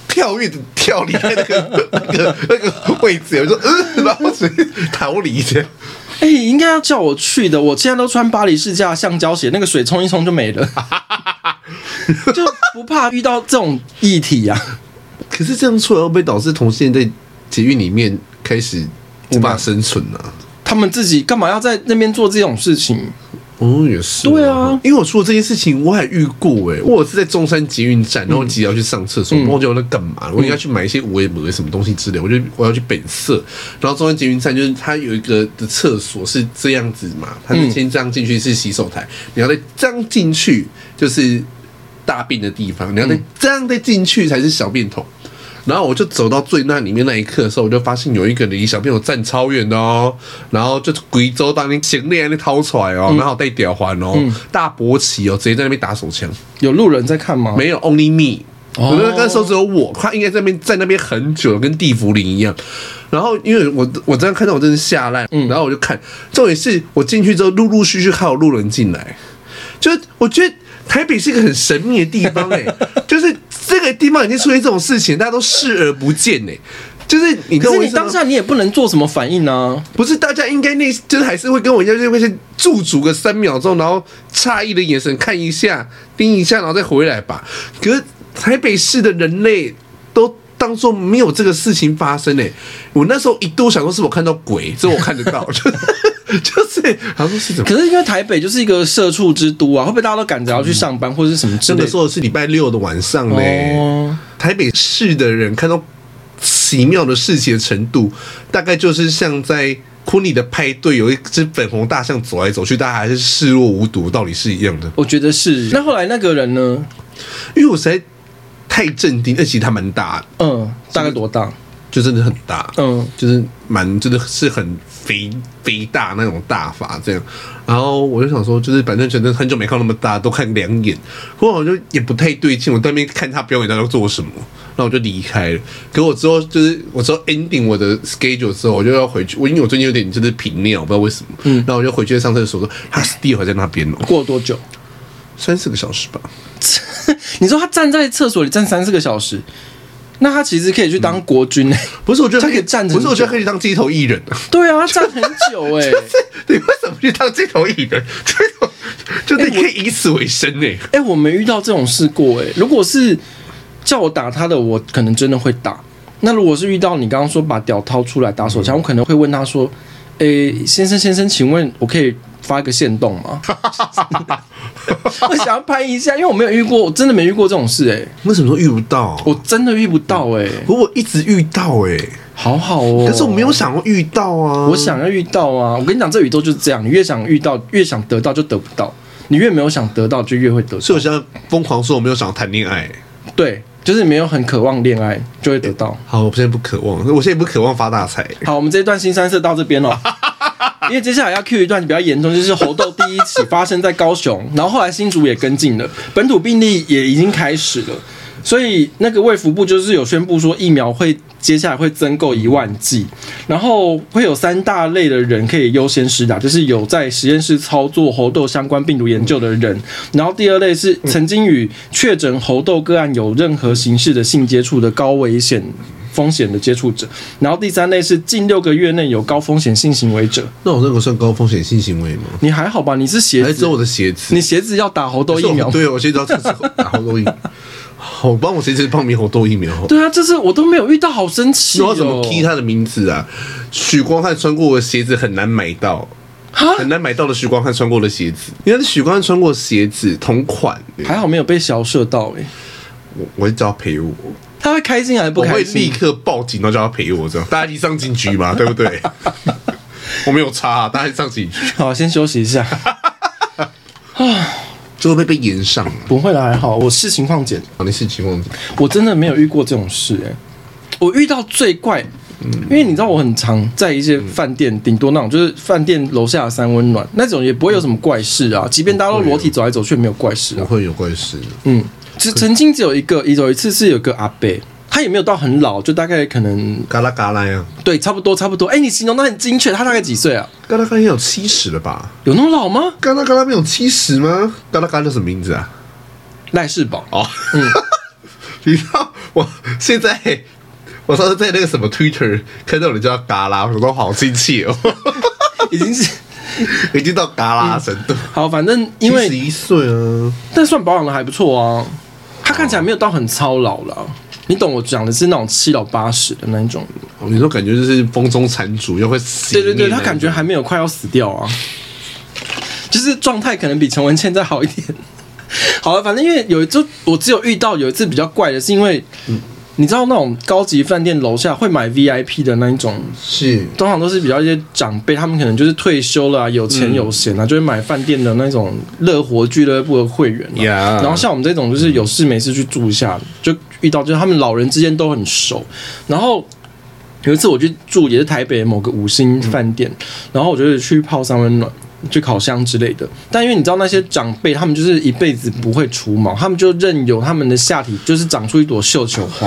Speaker 2: 跳跃的跳离开那个 那个那个位置，我就嗯，然后直接逃离这样。
Speaker 1: 哎、应该要叫我去的，我现在都穿巴黎世家的橡胶鞋，那个水冲一冲就没 了，就不怕遇到这种议题啊。
Speaker 2: 可是这样出来会不会导致同性恋在捷运里面开始无法生存呢、啊？
Speaker 1: 他们自己干嘛要在那边做这种事情？
Speaker 2: 哦，也是、
Speaker 1: 对啊，
Speaker 2: 因为我说这件事情，我还遇过哎、我有一次在中山捷运
Speaker 1: 嗯
Speaker 2: 站，然后急着要去上厕所，我忘记我在干嘛，我应该去买一些五母的什么东西之类，我就我要去本色，然后中山捷运站就是它有一个的厕所是这样子嘛，
Speaker 1: 嗯
Speaker 2: 它是先这样进去是洗手台，你要再这样进去就是大便的地方，你要
Speaker 1: 嗯
Speaker 2: 再这样再进去才是小便桶。然后我就走到最那里面那一刻的时候，我就发现有一个离小便友站超远的哦，然后就是贵州当年行李那掏出来哦，然后带吊环哦，大勃起哦，直接在那边打手枪，
Speaker 1: 有路人在看吗？
Speaker 2: 没有 only me，、
Speaker 1: 哦
Speaker 2: 我那个时候只有我，他应该在那边在那边很久，跟地茯苓一样。然后因为我我这样看到我真是吓烂，
Speaker 1: 嗯
Speaker 2: 然后我就看，重点是我进去之后陆陆续续还有路人进来，就是我觉得台北是一个很神秘的地方哎、 就是这个地方已经出现这种事情，大家都视而不见哎、就是你
Speaker 1: 可
Speaker 2: 跟
Speaker 1: 是
Speaker 2: 我
Speaker 1: 你当
Speaker 2: 下
Speaker 1: 下你也不能做什么反应啊。
Speaker 2: 不是大家应该那就是还是会跟我一样，就是会先驻足个三秒钟，然后诧异的眼神看一下，盯一下，然后再回来吧。可是台北市的人类都当做没有这个事情发生诶、我那时候一度想说是我看到鬼，这我看得到， 就就是他说是怎么
Speaker 1: 可是因为台北就是一个社畜之都啊，会不会大家都赶着要去上班或者是什么之
Speaker 2: 真
Speaker 1: 类
Speaker 2: 的
Speaker 1: 的？
Speaker 2: 说的是礼拜六的晚上呢、
Speaker 1: 哦
Speaker 2: 台北市的人看到奇妙的事情的程度，大概就是像在婚礼的派对，有一只粉红大象走来走去，大家还是视若无睹，道理是一样的。
Speaker 1: 我觉得是。那后来那个人呢？
Speaker 2: 因为我实在太镇定，而且它蛮大的，
Speaker 1: 嗯，大概多大？
Speaker 2: 就真的很大，
Speaker 1: 嗯
Speaker 2: 就是蛮真的是很肥肥大那种大法这样。然后我就想说，就是反正觉得很久没看到那么大，都看两眼，后来我就也不太对劲，我在那边看他表演他要做什么，然后我就离开了。可我之后就是我之后 ending 我的 schedule 之后，我就要回去，我因为我最近有点就是频尿，我不知道为什么，嗯，然后我就回去上厕所说，他 still 还在那边哦，
Speaker 1: 过了多久？
Speaker 2: 三四个小时吧。
Speaker 1: 你说他站在厕所里站三四个小时，那他其实可以去当国军、欸
Speaker 2: 不是，我觉得
Speaker 1: 他可以站着
Speaker 2: 不是，我觉
Speaker 1: 很久
Speaker 2: 得可以当街头艺人啊。
Speaker 1: 对啊，他站很久 哎、欸。
Speaker 2: 你为什么去当街头艺人？ 这种就是你可以以此为生欸呢、
Speaker 1: 哎、我没遇到这种事过哎、如果是叫我打他的，我可能真的会打。那如果是遇到你刚刚说把屌掏出来打
Speaker 2: 嗯
Speaker 1: 手枪，我可能会问他说：“哎、先生先生，请问我可以发一个线动 吗？”我想要拍一下，因为我没有遇过，我真的没遇过这种事哎、
Speaker 2: 为什么说遇不到？
Speaker 1: 我真的遇不到哎、
Speaker 2: 我我一直遇到哎、
Speaker 1: 好好哦。
Speaker 2: 可是我没有，想过遇到啊。
Speaker 1: 我想要遇到啊！我跟你讲，这宇宙就是这样，你越想遇到，越想得到就得不到，你越没有想得到，就越会得到。
Speaker 2: 所以我现在疯狂说我没有想要谈恋爱。
Speaker 1: 对，就是没有很渴望恋爱，就会得到。
Speaker 2: 好，我现在不渴望，我现在不渴望发大财。
Speaker 1: 好，我们这一段新三色到这边哦了。 因为接下来要 Q 一段比较严重，就是猴痘第一起发生在高雄，然后后来新竹也跟进了，本土病例也已经开始了，所以那个卫福部就是有宣布说疫苗会接下来会增购一万剂，然后会有三大类的人可以优先施打，就是有在实验室操作猴痘相关病毒研究的人，然后第二类是曾经与确诊猴痘个案有任何形式的性接触的高危险。风险的接触者，然后第三类是近六个月内有高风险性行为者，
Speaker 2: 那我那个算高风险性行为吗？
Speaker 1: 你还好吧？你是鞋
Speaker 2: 还是
Speaker 1: 子，
Speaker 2: 我的鞋子？
Speaker 1: 你鞋子要打猴痘
Speaker 2: 是
Speaker 1: 疫
Speaker 2: 我
Speaker 1: 苗？
Speaker 2: 对，我现在要吃猴痘疫 苗。好，我帮我鞋子报名猴痘疫苗。
Speaker 1: 对啊，这是我都没有遇到，好生气
Speaker 2: 然
Speaker 1: 哦！
Speaker 2: 后怎么 key 他的名字啊？许光汉穿过我的鞋子很难买到，
Speaker 1: 哈
Speaker 2: 很难买到的许光汉穿过的鞋子。你看许光汉穿过的鞋子同款，欸
Speaker 1: 还好没有被小射到哎、
Speaker 2: 我我会叫他陪我，
Speaker 1: 他会开心还是不
Speaker 2: 我会
Speaker 1: 开
Speaker 2: 立
Speaker 1: 心？
Speaker 2: 刻报警，然后叫他赔我，这样大家一起上警局嘛，对不 对？我没有差、啊，大家一起上警局
Speaker 1: 好，先休息一下。
Speaker 2: 就会被被延上啊！
Speaker 1: 不会啦，还好，我视情况解
Speaker 2: 你是情况怎么样
Speaker 1: 我真的没有遇过这种事哎、我遇到最怪，因为你知道我很常在一些饭店，顶多那种就是饭店楼下的三温暖那种，也不会有什么怪事啊。即便大家都裸体走来走去，没有怪事
Speaker 2: 不
Speaker 1: 啊。
Speaker 2: 会有怪事。
Speaker 1: 嗯，只曾经只有一个，有一次是有个阿伯，他也没有到很老，就大概可能
Speaker 2: 嘎啦嘎啦呀，
Speaker 1: 对，差不多差不多。哎、你形容的很精确，他大概几岁啊？
Speaker 2: 嘎啦嘎啦应该有七十了吧？
Speaker 1: 有那么老吗？
Speaker 2: 嘎啦嘎啦没有七十吗？嘎啦嘎啦叫什么名字啊？
Speaker 1: 赖世宝
Speaker 2: 哦， 你知道我现在我上次在那个什么 Twitter 看到有人叫他嘎啦，我说好亲切哦，
Speaker 1: 已经是
Speaker 2: 已经到嘎啦的程度。
Speaker 1: 好，反正嗯 因为
Speaker 2: 十一岁啊，
Speaker 1: 但算保养的还不错啊，他看起来没有到很操劳了。你懂我讲的是那种七老八十的那一种，
Speaker 2: 哦你说感觉就是风中残烛，又会死。
Speaker 1: 对对对，他感觉还没有快要死掉啊，就是状态可能比陈文茜再好一点。 好了，反正因为有一就我只有遇到有一次比较怪的，是因为、你知道那种高级饭店楼下会买 VIP 的那一种，
Speaker 2: 是
Speaker 1: 通常都是比较一些长辈，他们可能就是退休了、啊，有钱有闲啊，就会买饭店的那种乐活俱乐部的会员、啊。
Speaker 2: 呀
Speaker 1: 然后像我们这种，就是有事没事去住一下，就遇到就是他们老人之间都很熟。然后有一次我去住也是台北某个五星饭店，然后我就是去泡三温暖。去烤箱之类的，但因为你知道那些长辈，他们就是一辈子不会除毛，他们就任由他们的下体就是长出一朵绣球花，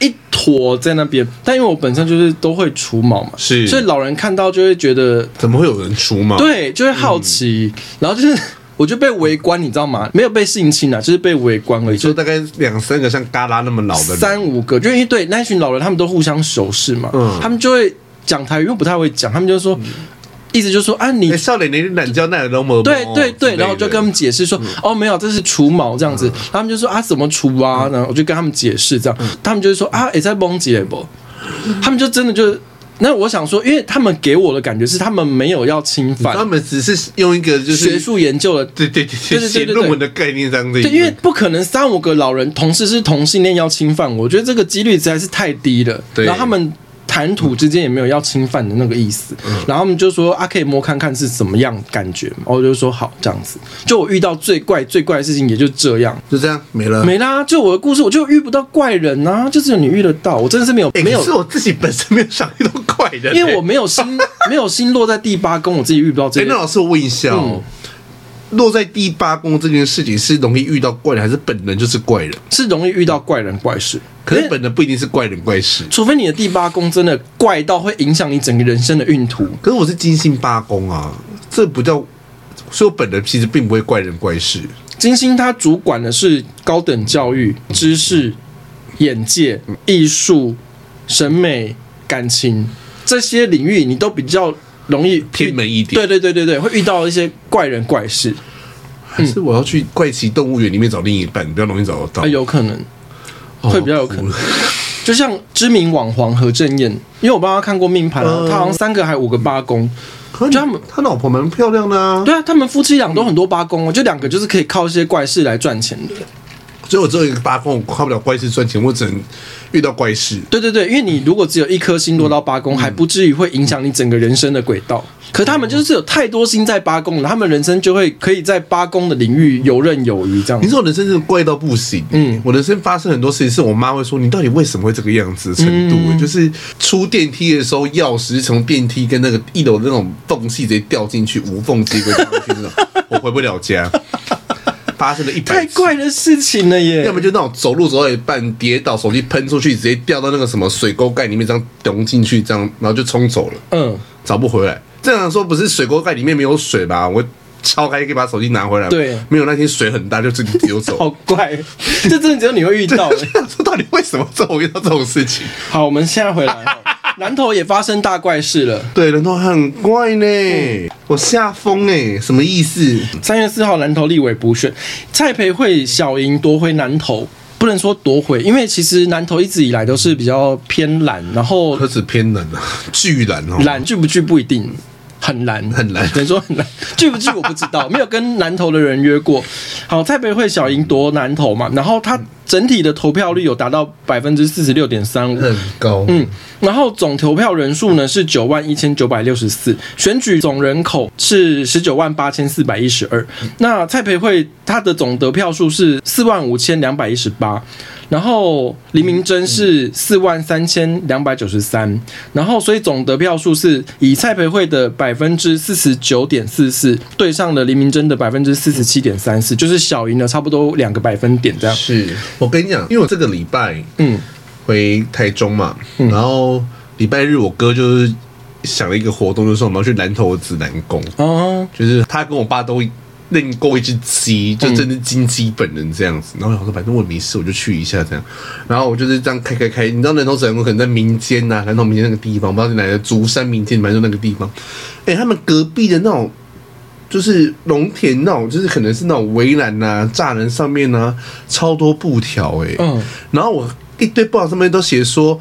Speaker 1: 一坨在那边。但因为我本身就是都会除毛嘛，
Speaker 2: 是
Speaker 1: 所以老人看到就会觉得
Speaker 2: 怎么会有人出嘛？，
Speaker 1: 对，就会好奇，然后就是我就被围观，你知道吗？没有被性侵啊，就是被围观而已，
Speaker 2: 就
Speaker 1: 就
Speaker 2: 大概两三个像嘎啦那么老的人，
Speaker 1: 三五个，就因为对那一群老人，他们都互相熟识嘛，
Speaker 2: 嗯
Speaker 1: 他们就会讲台语，又不太会讲，他们就说，意思就说啊你
Speaker 2: 哎，。少年你懒觉那有那哦么
Speaker 1: 对对对，然后就跟他们解释说，
Speaker 2: 嗯
Speaker 1: 哦，没有，这是除毛这样子。他们就说啊，怎么除
Speaker 2: 嗯
Speaker 1: 啊？然后我就跟他们解释这样，他们就说啊，也在崩解不？他们就真的就，那我想说，因为他们给我的感觉是他们没有要侵犯
Speaker 2: 嗯他们只是用一个就是
Speaker 1: 学术研究的
Speaker 2: 对对对
Speaker 1: 对对
Speaker 2: 写
Speaker 1: 对对
Speaker 2: 论文的概念这样子，
Speaker 1: 对，因为不可能三五个老人同时是同性恋要侵犯我，我觉得这个几率实在是太低了。
Speaker 2: 对
Speaker 1: 然后他们谈吐之间也没有要侵犯的那个意思，然后他们就说啊，可以摸看看是什么样感觉嘛。然后我就说好，这样子。就我遇到最怪最怪的事情也就这样，
Speaker 2: 就这样没了。
Speaker 1: 没啦。就我的故事，我就遇不到怪人啊，就只有你遇得到。我真的是没 有
Speaker 2: 哎，
Speaker 1: 没有
Speaker 2: 可是，我自己本身没有想遇到怪人欸，
Speaker 1: 因为我没有 心没有心落在第八宫，我自己遇不到这
Speaker 2: 哎，那
Speaker 1: 个。
Speaker 2: 老师我问一下哦，
Speaker 1: 嗯
Speaker 2: 落在第八宫这件事情是容易遇到怪人，还是本人就是怪人？
Speaker 1: 是容易遇到怪人怪事，
Speaker 2: 可
Speaker 1: 因
Speaker 2: 是
Speaker 1: 为
Speaker 2: 本人不一定是怪人怪事。
Speaker 1: 除非你的第八宫真的怪到会影响你整个人生的运途。
Speaker 2: 可是我是金星八宫啊，这不叫，所以我本人其实并不会怪人怪事。
Speaker 1: 金星它主管的是高等教育、知识、眼界、艺术、审美、感情这些领域，你都比较容易遇
Speaker 2: 偏门一点
Speaker 1: 对对对对对，会遇到一些怪人怪事，
Speaker 2: 还是我要去怪奇动物园里面找另一半，比较容易找得到
Speaker 1: 啊，，有可能
Speaker 2: 哦
Speaker 1: 会比较有可能
Speaker 2: 哭了
Speaker 1: 就像知名网红何正燕，因为我帮他看过命盘、啊，
Speaker 2: 嗯
Speaker 1: 他好像三个还五个八宫，
Speaker 2: 可
Speaker 1: 就他们
Speaker 2: 是他老婆蛮漂亮的啊，
Speaker 1: 对啊，他们夫妻俩都很多八宫哦，就两个就是可以靠一些怪事来赚钱的。
Speaker 2: 所以我只有一个八公，我跨不了怪事赚钱，我只能遇到怪事。
Speaker 1: 对对对，因为你如果只有一颗星落到八宫，还不至于会影响你整个人生的轨道。可他们就是有太多星在八宫了，他们人生就会可以在八宫的领域游刃有余这样
Speaker 2: 你。说我人生真的怪到不行，嗯
Speaker 1: 嗯，
Speaker 2: 我人生发生很多事情，是我妈会说你到底为什么会这个样子的程度，
Speaker 1: 嗯
Speaker 2: 就是出电梯的时候钥匙从电梯跟那个一楼那种缝隙直接掉进去，无缝接轨掉进去 那种，我回不了家，发生了一百
Speaker 1: 太
Speaker 2: 次。
Speaker 1: 怪的事情了耶
Speaker 2: 要！么就那种走路走到一半跌倒，手机喷出去，直接掉到那个什么水沟盖里面，这样咚进去，这样然后就冲走了。
Speaker 1: 嗯，
Speaker 2: 找不回来。正常说不是水沟盖里面没有水吧？我敲开可以把手机拿回来。
Speaker 1: 对
Speaker 2: 没有那天水很大，就自己丢走。
Speaker 1: 好怪，这真的只有你会遇 到 耶。
Speaker 2: 说到底为什么这我遇到这种事情？
Speaker 1: 好，我们现在回来哦，南投也发生大怪事了。
Speaker 2: 对，人都很怪呢，我吓疯哎，什么意思？
Speaker 1: 三月四号南投立委补选，蔡培慧小赢夺回南投。不能说夺回，因为其实南投一直以来都是比较偏蓝，然后
Speaker 2: 何止偏冷啊，巨冷哦，
Speaker 1: 懒聚不聚不一定。很难，
Speaker 2: 很难
Speaker 1: 只能说很难。去不去我不知 道，没有跟南投的人约过。好，蔡培慧小赢夺南投嘛，然后他整体的投票率有达到百分之四十六点三五，
Speaker 2: 很高，
Speaker 1: 嗯，然后总投票人数呢是九万一千九百六十四，选举总人口是十九万八千四百一十二。那蔡培慧她的总得票数是四万五千两百一十八，然后林明珍是四万三千两百九十三，然后所以总得票数是以蔡培慧的百分之四十九点四四对上了林明珍的百分之四十七点三四，就是小赢了差不多两个百分点这样。
Speaker 2: 是我跟你讲，因为我这个礼拜
Speaker 1: 嗯
Speaker 2: 回台中嘛，然后礼拜日我哥就是想了一个活动，就是我们要去南投的指南宫，
Speaker 1: 哦，
Speaker 2: 就是他跟我爸都认购一只鸡，就真的金鸡本人这样子。然后我想说，反正我也没事，我就去一下这样。然后我就是这样开开开，你知道南投指南宫可能在民间呐、南投民间那个地方，我不知道是哪个竹山民间，反正就那个地方。哎、他们隔壁的那种。就是农田那种，就是可能是那种围栏呐、栅栏上面呐、超多布条哎、
Speaker 1: 嗯，
Speaker 2: 然后我一堆报道上面都写说，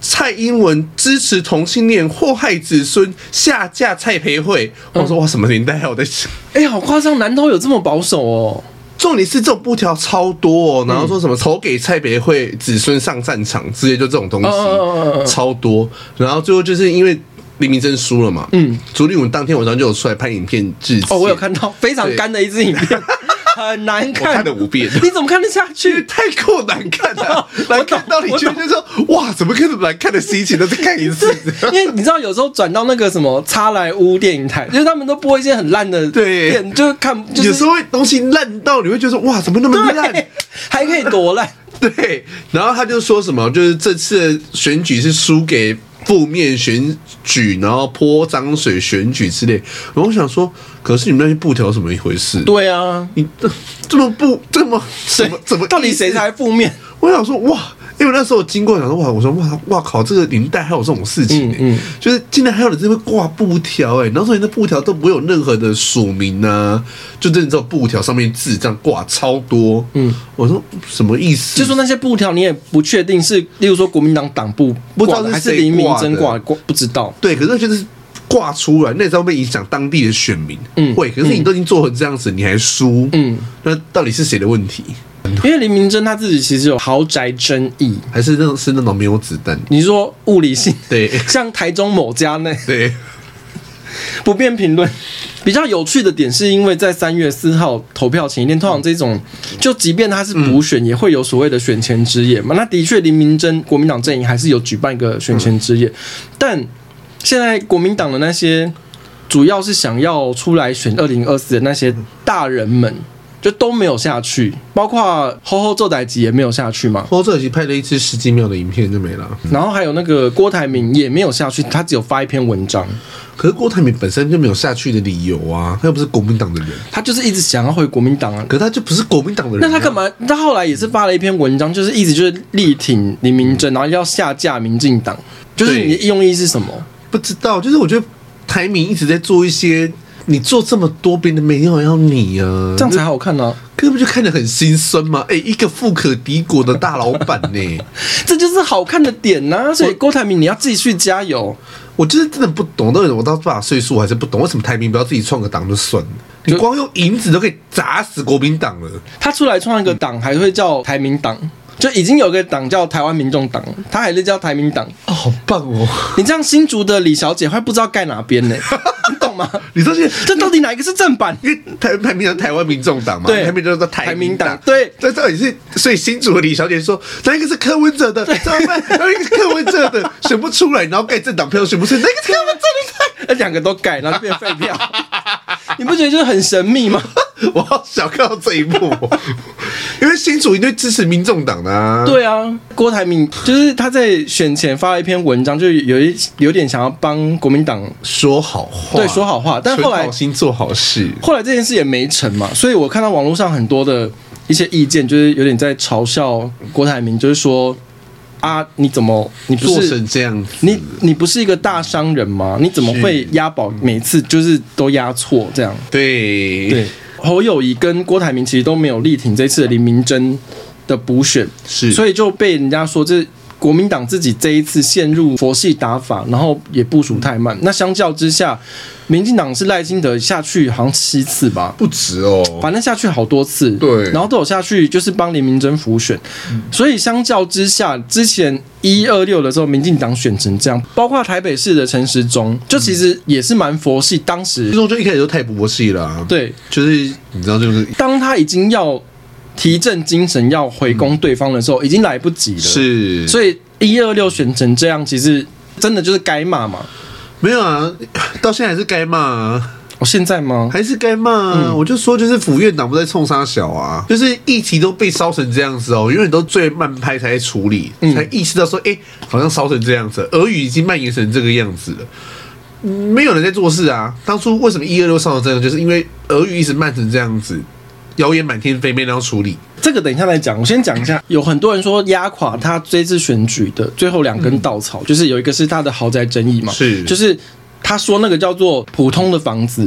Speaker 2: 蔡英文支持同性恋，祸害子孙，下架蔡培慧。
Speaker 1: 嗯
Speaker 2: 我说哇，什么年代啊？我在想，
Speaker 1: 哎、好夸张，南投有这么保守哦。
Speaker 2: 重点是这种布条超多、哦，
Speaker 1: 嗯
Speaker 2: 然后说什么投给蔡培慧子孙上战场之类，就这种东西、
Speaker 1: 哦哦哦哦哦
Speaker 2: 超多。然后最后就是因为黎明真输了嘛，嗯，朱立文当天晚上就有出来拍影片致歉。
Speaker 1: 哦，我有看到非常
Speaker 2: 对
Speaker 1: 干的一支影片， 很难
Speaker 2: 我
Speaker 1: 看。
Speaker 2: 看了五遍。
Speaker 1: 你怎么看得下
Speaker 2: 因为
Speaker 1: 去？
Speaker 2: 太够难看了、难看到你觉得就是说哇，怎么可能难看的心情都是 看一次？
Speaker 1: 因为你知道，有时候转到那个什么插莱屋电影台，就是他们都播一些很烂的
Speaker 2: 对
Speaker 1: 片，就是看，就
Speaker 2: 有
Speaker 1: 是
Speaker 2: 时候会东西烂到你会觉得说哇，怎么那么烂？
Speaker 1: 对，还可以多烂。
Speaker 2: 对，然后他就说什么，就是这次的选举是输给负面选举，然后泼脏水选举之类。然后我想说，可是你们那些布条怎么一回事？
Speaker 1: 对啊，
Speaker 2: 你这这么不这么怎
Speaker 1: 谁
Speaker 2: 么怎么
Speaker 1: 到底谁
Speaker 2: 意思
Speaker 1: 才负面？
Speaker 2: 我想说哇，因为那时候我经过，想说哇，我说哇哇靠，这个年代还有这种事情、欸，
Speaker 1: 嗯嗯
Speaker 2: 就是竟然还有人这边挂布条哎、欸，然后所以那布条都不会有任何的署名啊，就真的只有布条上面字这样挂超多，嗯，我说什么意思？
Speaker 1: 就说那些布条，你也不确定是，例如说国民党党部
Speaker 2: 不知
Speaker 1: 挂
Speaker 2: 道
Speaker 1: 的，
Speaker 2: 是
Speaker 1: 还是
Speaker 2: 谁
Speaker 1: 黎明
Speaker 2: 挂
Speaker 1: 真
Speaker 2: 的
Speaker 1: 挂的挂，不知道。
Speaker 2: 对，可是就是挂出来，那你知道会影响当地的选民，嗯，会，可是你都已经做成这样子，你还输，嗯，那到底是谁的问题？
Speaker 1: 因为林明珍他自己其实有豪宅争议，
Speaker 2: 还是那种是那种没有子弹？
Speaker 1: 你说物理性，
Speaker 2: 对
Speaker 1: 像台中某家那
Speaker 2: 对，
Speaker 1: 不便评论。比较有趣的点是因为在三月四号投票前一天，通常这种就即便他是补选，也会有所谓的选前之夜嘛。那的确，林明珍国民党阵营还是有举办一个选前之夜，但现在国民党的那些主要是想要出来选二零二四的那些大人们，就都没有下去，包括吼吼周代吉也没有下去嘛。
Speaker 2: 波特奇拍了一支十几秒的影片就没了。
Speaker 1: 然后还有那个郭台铭也没有下去，他只有发一篇文章，
Speaker 2: 可是郭台铭本身就没有下去的理由啊，他又不是国民党的人，
Speaker 1: 他就是一直想要回国民党啊。
Speaker 2: 可是他就不是国民党的人、啊
Speaker 1: 那他干？嘛？他后来也是发了一篇文章，就是一直就是力挺林明珍，然后要下架民进党，就是
Speaker 2: 对
Speaker 1: 你的用意是什么？
Speaker 2: 不知道，就是我觉得台铭一直在做一些，你做这么多，别人没有要你啊，
Speaker 1: 这样才好看呢、
Speaker 2: 根本就看得很心酸嘛。哎、一个富可敌国的大老板呢、
Speaker 1: 这就是好看的点呐、所以郭台铭，你要继续加油。
Speaker 2: 我就是真的不懂，到底我到多少岁数我还是不懂，为什么台铭不要自己创个党就算了？你光用银子都可以砸死国民党了。
Speaker 1: 他出来创一个党，还会叫台民党，就已经有个党叫台湾民众党，他还是叫台民党。
Speaker 2: 哦，好棒哦！
Speaker 1: 你这样新竹的李小姐会不知道盖哪边呢、你懂吗？
Speaker 2: 你说这
Speaker 1: 这到底哪一个是正版？
Speaker 2: 因为台台民党台湾民众党嘛，
Speaker 1: 对
Speaker 2: 台民众党台
Speaker 1: 台民
Speaker 2: 民
Speaker 1: 党
Speaker 2: 党，
Speaker 1: 对
Speaker 2: 这到底是所以新主的李小姐说，那一个是柯文哲的，怎么办？那一个是柯文哲的 选不出来，然后盖政党票选不出来，那个是柯文
Speaker 1: 那两个都改，然后变废票，你不觉得就是很神秘吗？
Speaker 2: 哲的， 我好想看到这一幕 哦，因为新主一定支持民众党的啊，，
Speaker 1: 对啊，郭台铭就是他在选前发了一篇文章，就有一有点想要帮国民党
Speaker 2: 说好话，
Speaker 1: 对说好话，但后来
Speaker 2: 存好心做好事，
Speaker 1: 后来这件事也没成嘛，所以我看到网络上很多的一些意见，就是有点在嘲笑郭台铭，就是说啊，你怎么你不
Speaker 2: 做
Speaker 1: 是
Speaker 2: 成这样子，
Speaker 1: 你你不是一个大商人吗？你怎么会押宝每次就是都押错这样？
Speaker 2: 对
Speaker 1: 对，侯友谊跟郭台铭其实都没有力挺这次的林明珍的补选，
Speaker 2: 是
Speaker 1: 所以就被人家说这。国民党自己这一次陷入佛系打法，然后也部署太慢。那相较之下，民进党是赖清德下去好像七次吧，
Speaker 2: 不止哦，
Speaker 1: 反正下去好多次，
Speaker 2: 对嗯
Speaker 1: 然后都有下去，就是帮林明珍辅选，所以相较之下，之前一二六的时候，民进党选成这样，包括台北市的陈时中，就其实也是蛮佛系，当时
Speaker 2: 这种就一开始就太博戏了、啊，，
Speaker 1: 对，
Speaker 2: 就是你知道，就是
Speaker 1: 当他已经要提振精神，要回
Speaker 2: 嗯
Speaker 1: 攻对方的时候，已经来不及了，，
Speaker 2: 是，
Speaker 1: 所以一二六选成这样，其实真的就是该骂嘛，
Speaker 2: 没有啊，到现在还是该骂啊。
Speaker 1: 哦，现在吗？
Speaker 2: 还是该骂啊！我就说，就是府院党不在冲杀小啊，就是议题都被烧成这样子哦，永远都最慢拍才在处理，才意识到说，哎、好像烧成这样子，俄语已经蔓延成这个样子了。嗯没有人在做事啊！当初为什么一二六上的这样，就是因为俄语一直慢成这样子，谣言满天飞，没人要处理。
Speaker 1: 这个等一下再讲，我先讲一下，有很多人说压垮他这次选举的最后两根稻草，就是有一个是他的豪宅争议嘛，
Speaker 2: 是
Speaker 1: 就是。他说那个叫做普通的房 子，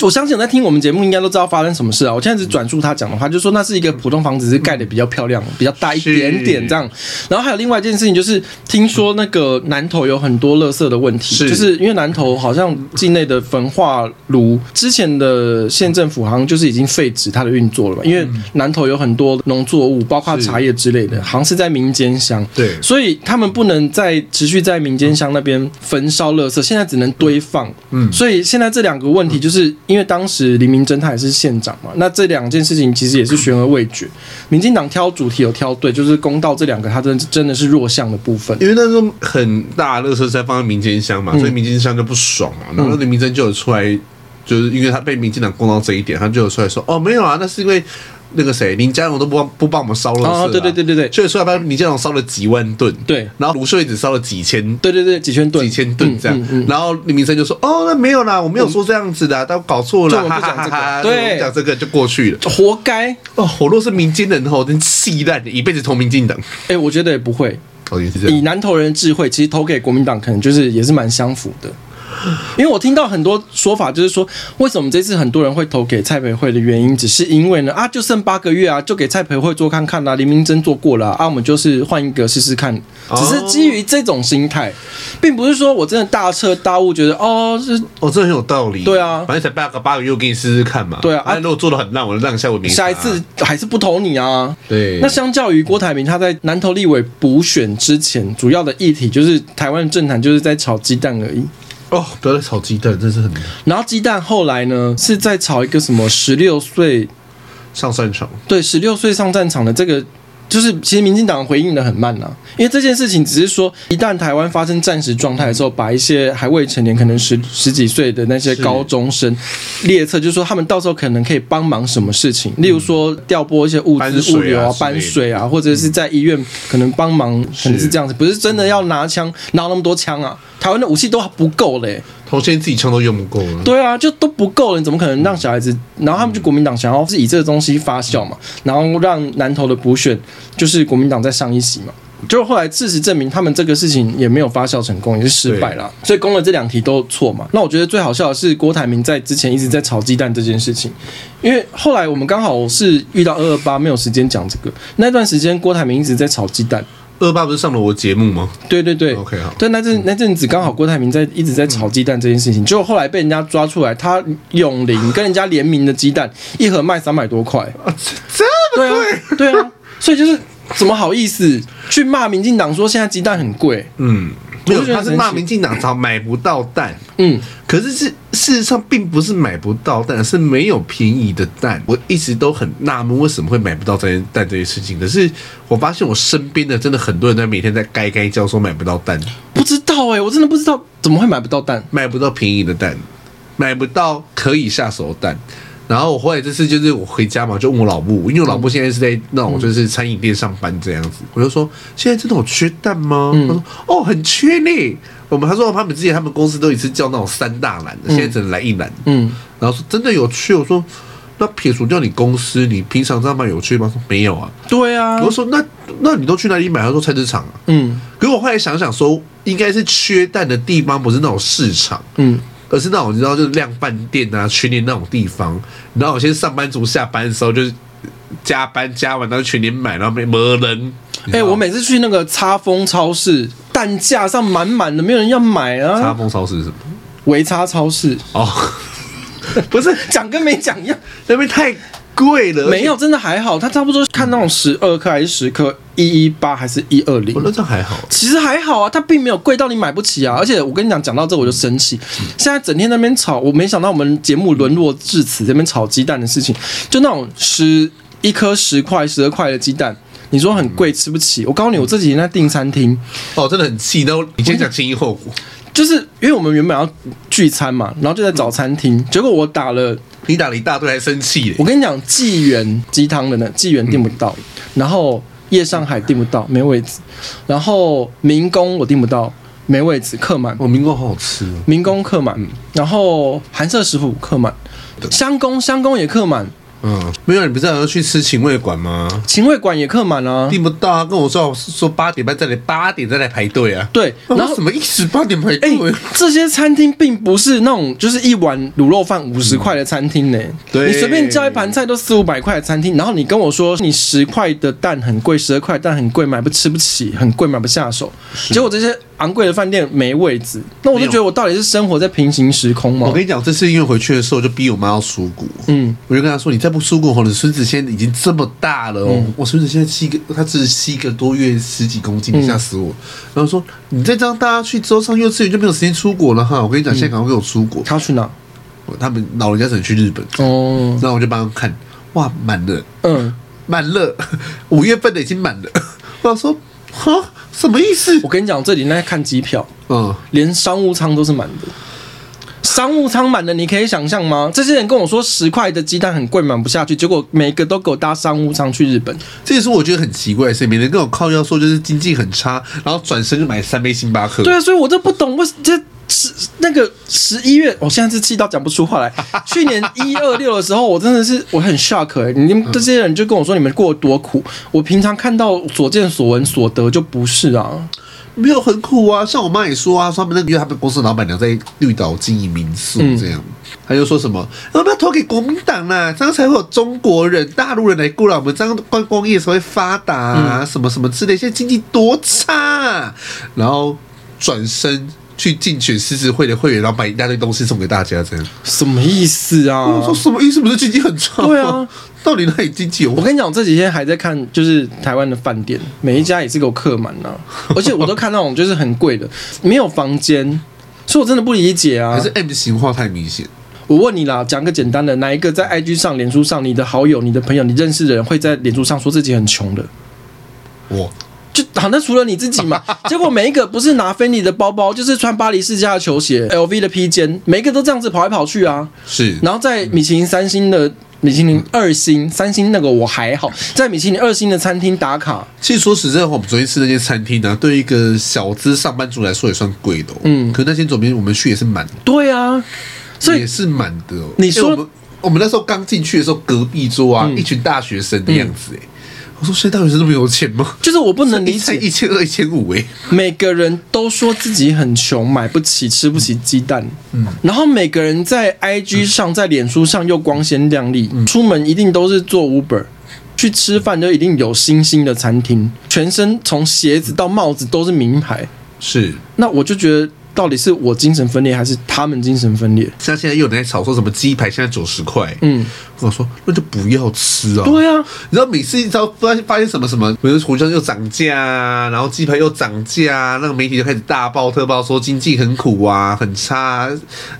Speaker 1: 我相信有在听我们节目应该都知道发生什么事啊。我现在只转述他讲的话，就说那是一个普通房子，只是盖的比较漂
Speaker 2: 嗯
Speaker 1: 亮，比较大一点点这样。然后还有另外一件事情，就是听说那个南投有很多垃圾的问题，
Speaker 2: 是
Speaker 1: 就是因为南投好像境内的焚化炉之前的县政府好像就是已经废止它的运作了嘛，因为南投有很多农作物，包括
Speaker 2: 嗯是
Speaker 1: 茶叶之类的，好像是在民间乡，
Speaker 2: 对
Speaker 1: 所以他们不能再持续在民间乡那边焚烧垃圾，现在只能堆放。嗯，所以现在这两个问
Speaker 2: 嗯
Speaker 1: 题，就是因为当时林明珍他也是县长嘛，那这两件事情其实也是悬而未决。民进党挑主题有挑对，就是公道这两个，他真真的是弱项的部分。
Speaker 2: 因为那时候很大的垃圾在放在民间箱
Speaker 1: 嗯
Speaker 2: 嘛，所以民间箱就不爽嘛，然后林明珍就有出来，就是因为他被民进党攻到这一点，他就有出来说，哦，没有啊，那是因为那个谁林佳龙都不帮不帮我们烧垃圾、啊
Speaker 1: 哦对对对对对
Speaker 2: 所以出来帮林佳龙烧了几万吨，
Speaker 1: 对
Speaker 2: 然后卢秀燕只烧了几千。
Speaker 1: 对对对，几千吨，
Speaker 2: 几千吨这样，
Speaker 1: 嗯嗯嗯
Speaker 2: 然后林明珍就说：“哦，那没有啦，我没有说这样子的、啊，都搞错
Speaker 1: 就
Speaker 2: 了，
Speaker 1: 我们
Speaker 2: 哈
Speaker 1: 不讲
Speaker 2: 哈
Speaker 1: 这
Speaker 2: 哈
Speaker 1: 个
Speaker 2: 哈。”
Speaker 1: 对
Speaker 2: 我们讲这个就过去了。
Speaker 1: 活该。
Speaker 2: 哦，我若是民间人吼，真气烂，一辈子投民进党。
Speaker 1: 哎、我觉得也不会。
Speaker 2: 哦，也是这
Speaker 1: 以
Speaker 2: 样。
Speaker 1: 南投人的智慧，其实投给国民党可能就是也是蛮相符的。因为我听到很多说法，就是说为什么这次很多人会投给蔡培慧的原因，只是因为呢啊，就剩八个月啊，就给蔡培慧做看看啦、林明珍做过了啊，啊我们就是换一个试试看，只是基于这种心态，并不是说我真的大彻大悟，觉得哦是
Speaker 2: 哦，这很有道理。
Speaker 1: 对啊
Speaker 2: 反正才八个八个月，我给你试试看嘛。
Speaker 1: 对啊啊
Speaker 2: 那如果做的很烂，我就让一下我名。
Speaker 1: 下一次还是不投你啊。
Speaker 2: 对，
Speaker 1: 那相较于郭台铭，他在南投立委补选之前，主要的议题就是台湾政坛就是在炒鸡蛋而已。
Speaker 2: 哦，不要再炒鸡蛋，真是很
Speaker 1: 然后鸡蛋后来呢是在炒一个什么十六岁
Speaker 2: 上战场。
Speaker 1: 对十六岁上战场的这个，就是其实民进党回应的很慢呐、因为这件事情只是说一旦台湾发生战时状态的时候，把一些还未成年可能十十几岁的那些
Speaker 2: 是
Speaker 1: 高中生列册，就是说他们到时候可能可以帮忙什么事情，例如说调拨一些物
Speaker 2: 搬
Speaker 1: 资、
Speaker 2: 水啊
Speaker 1: 物流啊、
Speaker 2: 之类的
Speaker 1: 搬水啊，或者是在医院可能帮忙，可能是
Speaker 2: 是
Speaker 1: 这样子，不是真的要拿枪拿那么多枪啊，台湾的武器都不够嘞、
Speaker 2: 头先自己枪都用不够了。
Speaker 1: 对啊，就都不够了，你怎么可能让小孩子？然后他们就国民党想要是以这个东西发酵嘛，然后让南投的补选就是国民党在上一席嘛。就后来事实证明，他们这个事情也没有发酵成功，也是失败啦。所以攻了这两题都错嘛。那我觉得最好笑的是郭台铭在之前一直在炒鸡蛋这件事情，因为后来我们刚好是遇到二二八，没有时间讲这个。那段时间郭台铭一直在炒鸡蛋，
Speaker 2: 二爸不是上了我节目吗？
Speaker 1: 对对对
Speaker 2: OK，好
Speaker 1: 对那阵那阵子刚好郭台铭在一直在炒鸡蛋这件事情，结果后来被人家抓出来，他永龄跟人家联名的鸡蛋一盒卖三百多块，
Speaker 2: 啊，这这
Speaker 1: 对啊对啊，所以就是怎么好意思去骂民进党说现在鸡蛋很贵？
Speaker 2: 嗯，没有
Speaker 1: 我就觉，得
Speaker 2: 他是
Speaker 1: 很
Speaker 2: 骂
Speaker 1: 神奇
Speaker 2: 民进党早买不到蛋。
Speaker 1: 嗯，
Speaker 2: 可是是事实上并不是买不到蛋，是没有便宜的蛋。我一直都很纳闷为什么会买不到这些蛋这些事情。可是我发现我身边的真的很多人在每天在该该叫说买不到蛋，
Speaker 1: 不知道哎、我真的不知道怎么会买不到蛋。
Speaker 2: 买不到便宜的蛋，买不到可以下手的蛋。然后我后来这次就是我回家嘛，就问我老母，因为我老母现在是在那种就是餐饮店上班这样子，我就说现在真的有缺蛋吗？她说哦很缺呢。我们她说他们之前他们公司都一次叫那种三大篮的，现在只能来一篮。
Speaker 1: 嗯，
Speaker 2: 然后说真的有缺，我说那撇除掉你公司，你平常上班有缺吗？说没有啊。
Speaker 1: 对啊
Speaker 2: 我，说那那你都去哪里买？他说菜市场啊。
Speaker 1: 嗯
Speaker 2: 可我后来想想说，应该是缺蛋的地方不是那种市场，
Speaker 1: 嗯，
Speaker 2: 而是那种你知道就是量贩店啊、全年那种地方。然后有些上班族下班的时候就是加班加完，然后全年买，然后没没人。
Speaker 1: 哎、我每次去那个叉风超市，蛋架上满满的，没有人要买
Speaker 2: 沙
Speaker 1: 啊。
Speaker 2: 风超市是什么？
Speaker 1: 维差超市
Speaker 2: 哦， 不是
Speaker 1: 讲跟没讲一样，
Speaker 2: 那边太贵了，而且
Speaker 1: 没有，真的还好。它差不多看那种十二克还是十克，一一八还是一二零
Speaker 2: 我。哦那这还好。
Speaker 1: 其实还好啊，它并没有贵到你买不起啊。而且我跟你讲，讲到这我就生气。现在整天在那边吵，我没想到我们节目沦落至此，这边吵鸡蛋的事情，就那种十一颗十块、十二块的鸡蛋，你说很贵吃不起。我告诉你，我自己在订餐厅，
Speaker 2: 哦，真的很气。然后你先讲前因后果，
Speaker 1: 就是因为我们原本要聚餐嘛，然后就在找餐厅，结果我打了，
Speaker 2: 你打了一大堆还生气嘞
Speaker 1: 我。跟你讲，纪元鸡汤的呢，纪元订不到，然后夜上海订不到，没位置，然后民工我订不到，没位置，客满。
Speaker 2: 哦，民工好好吃哦。
Speaker 1: 民工客满，然后韩舍食府客满，香工香工也客满，
Speaker 2: 嗯，没有，你不是还要去吃秦味馆吗？
Speaker 1: 秦味馆也客满啊。
Speaker 2: 订不到啊，跟我说说八点半再来，八点再来排队啊。
Speaker 1: 对
Speaker 2: 那我
Speaker 1: 然后
Speaker 2: 什么意思？八点排
Speaker 1: 哎、
Speaker 2: 队？
Speaker 1: 这些餐厅并不是那种就是一碗卤肉饭五十块的餐厅呢、
Speaker 2: 嗯对
Speaker 1: 你随便叫一盘菜都四五百块的餐厅，然后你跟我说你十块的蛋很贵，十二块蛋很贵，买不吃不起，很贵买不下手。结果这些昂贵的饭店没位置，那我就觉得我到底是生活在平行时空吗
Speaker 2: 我？跟你讲，这次因为回去的时候就逼我妈要出国，
Speaker 1: 嗯，
Speaker 2: 我就跟她说：“你再不出国，我的孙子现在已经这么大了哦，
Speaker 1: 嗯
Speaker 2: 我孙子现在七个，他只是七个多月，十几公
Speaker 1: 嗯
Speaker 2: 斤，吓死我。然后说：“你再这样带他去之后上幼稚园就没有时间出国了哈。”我跟你讲，现在赶快给我出国，
Speaker 1: 他要去哪？
Speaker 2: 他们老人家只能去日本，
Speaker 1: 哦，
Speaker 2: 然后我就帮他看，哇，满了，
Speaker 1: 嗯。
Speaker 2: 满了，五月份的已经满了。 我想说，哈，什么意思
Speaker 1: 我？跟你讲，这里那看机票，
Speaker 2: 嗯，
Speaker 1: 连商务舱都是满的。商务舱满的，你可以想象吗？这些人跟我说十块的鸡蛋很贵，买不下去，结果每个都给我搭商务舱去日本。
Speaker 2: 这也是我觉得很奇怪的事。每人跟我靠腰说就是经济很差，然后转身就买三杯星巴克。
Speaker 1: 对啊，所以我都不懂为什这十那个十一月，我现在是气到讲不出话 来。去年一二六的时候，我真的是我很 shock 哎、你们这些人就跟我说你们过得多苦，我平常看到所见所闻所得就不是啊。
Speaker 2: 没有很苦啊，像我妈也说啊，说他们那个月他们公司老板娘在绿岛经营民宿这样，
Speaker 1: 嗯
Speaker 2: 她、就说什么要不要投给国民党啊，这样才会有中国人、大陆人来过来，我们这样观光业才会发达、啊，
Speaker 1: 嗯
Speaker 2: 什么什么之类。现在经济多差啊、然后转身去竞选狮子会的会员，然后买一大堆东西送给大家，这样。
Speaker 1: 什么意思啊？
Speaker 2: 我说什么意思？不是经济很差吗？
Speaker 1: 对啊，
Speaker 2: 到底哪里经济有？
Speaker 1: 我跟你讲，我这几天还在看，就是台湾的饭店，每一家也是给我客满呐、而且我都看那种就是很贵的，没有房间，所以我真的不理解啊
Speaker 2: 还。是 M 型化太明显。
Speaker 1: 我问你啦，讲个简单的，哪一个在 IG 上、脸书上，你的好友、你的朋友、你认识的人会在脸书上说自己很穷的？
Speaker 2: 我
Speaker 1: 就好，那除了你自己嘛，结果每一个不是拿菲尼的包包，就是穿巴黎世家的球鞋、LV 的披肩，每一个都这样子跑来跑去啊。
Speaker 2: 是
Speaker 1: 然后在米其林三星的米其林二星、三星那个我还好，在米其林二星的餐厅打卡，
Speaker 2: 其实说实在话，我们昨天吃那间餐厅呢、对一个小资上班族来说也算贵的、哦。嗯，可那天左边我们去也是满，
Speaker 1: 对啊，所以
Speaker 2: 也是满的、哦。
Speaker 1: 你说嗯
Speaker 2: 因为我们我们那时候刚进去的时候，隔壁桌啊，一群大学生的样子、哎、我说现在大学生这么有钱吗？
Speaker 1: 就是我嗯不能理
Speaker 2: 才
Speaker 1: 解，
Speaker 2: 一千二、一千五，哎，
Speaker 1: 每个人都说自己很穷，买不起、吃不起鸡蛋，嗯，然后每个人在 IG 上、在脸书上又光鲜亮丽，出门一定都是做 Uber。去吃饭就一定有星星的餐厅，全身从鞋子到帽子都是名牌。
Speaker 2: 是。
Speaker 1: 那我就觉得，到底是我精神分裂，还是他们精神分裂？
Speaker 2: 像现在又有人在吵说什么鸡排现在九十块，
Speaker 1: 嗯，
Speaker 2: 我说那就不要吃啊。
Speaker 1: 对啊，
Speaker 2: 你知道每次一遭发现发现什么什么，比如说胡椒又涨价啊，然后鸡排又涨价啊，那个媒体就开始大爆特爆说经济很苦啊，很差、啊，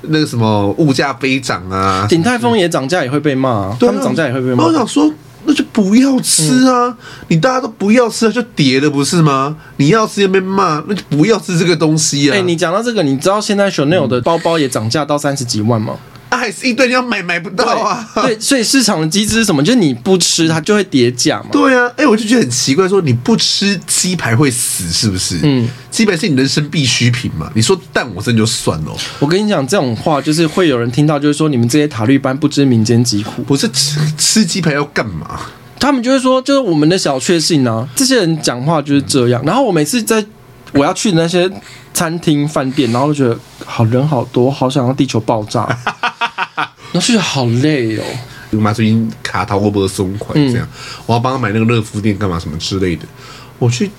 Speaker 2: 那个什么物价飞涨啊，
Speaker 1: 鼎泰丰也涨价也会被骂、啊，
Speaker 2: 对
Speaker 1: 他
Speaker 2: 啊
Speaker 1: 们涨价也会被
Speaker 2: 那我
Speaker 1: 骂。
Speaker 2: 想说。那就不要吃啊！你大家都不要吃啊，就跌了不是吗？你要吃就被骂，那就不要吃这个东西啊！
Speaker 1: 哎、你讲到这个，你知道现在 Chanel 的包包也涨价到三十几万吗？
Speaker 2: 啊还是一堆人要买买不到啊！
Speaker 1: 对，所以市场的机制是什么？就是你不吃它就会跌价嘛。
Speaker 2: 对啊，哎、我就觉得很奇怪，说你不吃鸡排会死是不是？
Speaker 1: 嗯，
Speaker 2: 鸡排是你人生必需品嘛。你说蛋我真就算了、
Speaker 1: 我跟你讲，这种话就是会有人听到，就是说你们这些塔利班不知民间疾苦，
Speaker 2: 不是吃吃鸡排要干嘛？
Speaker 1: 他们就会说，就是我们的小确幸啊。这些人讲话就是这样。然后我每次在我要去的那些餐厅、饭店，然后就觉得好人好多，好想让地球爆炸。然后就觉得好累哦，
Speaker 2: 哎、妈最近卡逃过不松款这样，
Speaker 1: 嗯
Speaker 2: 我要帮他买那个热敷垫干嘛什么之类的，我去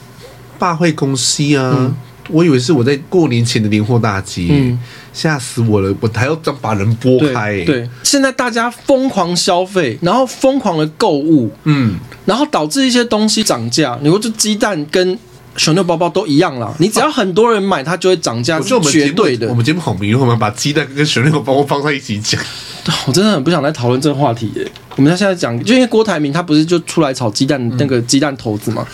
Speaker 2: 大会公司啊。
Speaker 1: 嗯
Speaker 2: 我以为是我在过年前的年货大街，吓、死我了！我还要这样把人拨
Speaker 1: 对
Speaker 2: 开、欸
Speaker 1: 对，现在大家疯狂消费，然后疯狂的购物，
Speaker 2: 嗯，
Speaker 1: 然后导致一些东西涨价。你说这鸡蛋跟熊牛包包都一样啦，你只要很多人买，它就会涨价，
Speaker 2: 我觉得我
Speaker 1: 是
Speaker 2: 们
Speaker 1: 绝
Speaker 2: 节目
Speaker 1: 对的
Speaker 2: 我。们节目好迷惑，我们把鸡蛋跟雪肉包放在一起讲。
Speaker 1: 我真的很不想来讨论这个话题耶。我们现在讲，就因为郭台铭他不是就出来炒鸡蛋那个
Speaker 2: 嗯
Speaker 1: 鸡蛋投资嘛，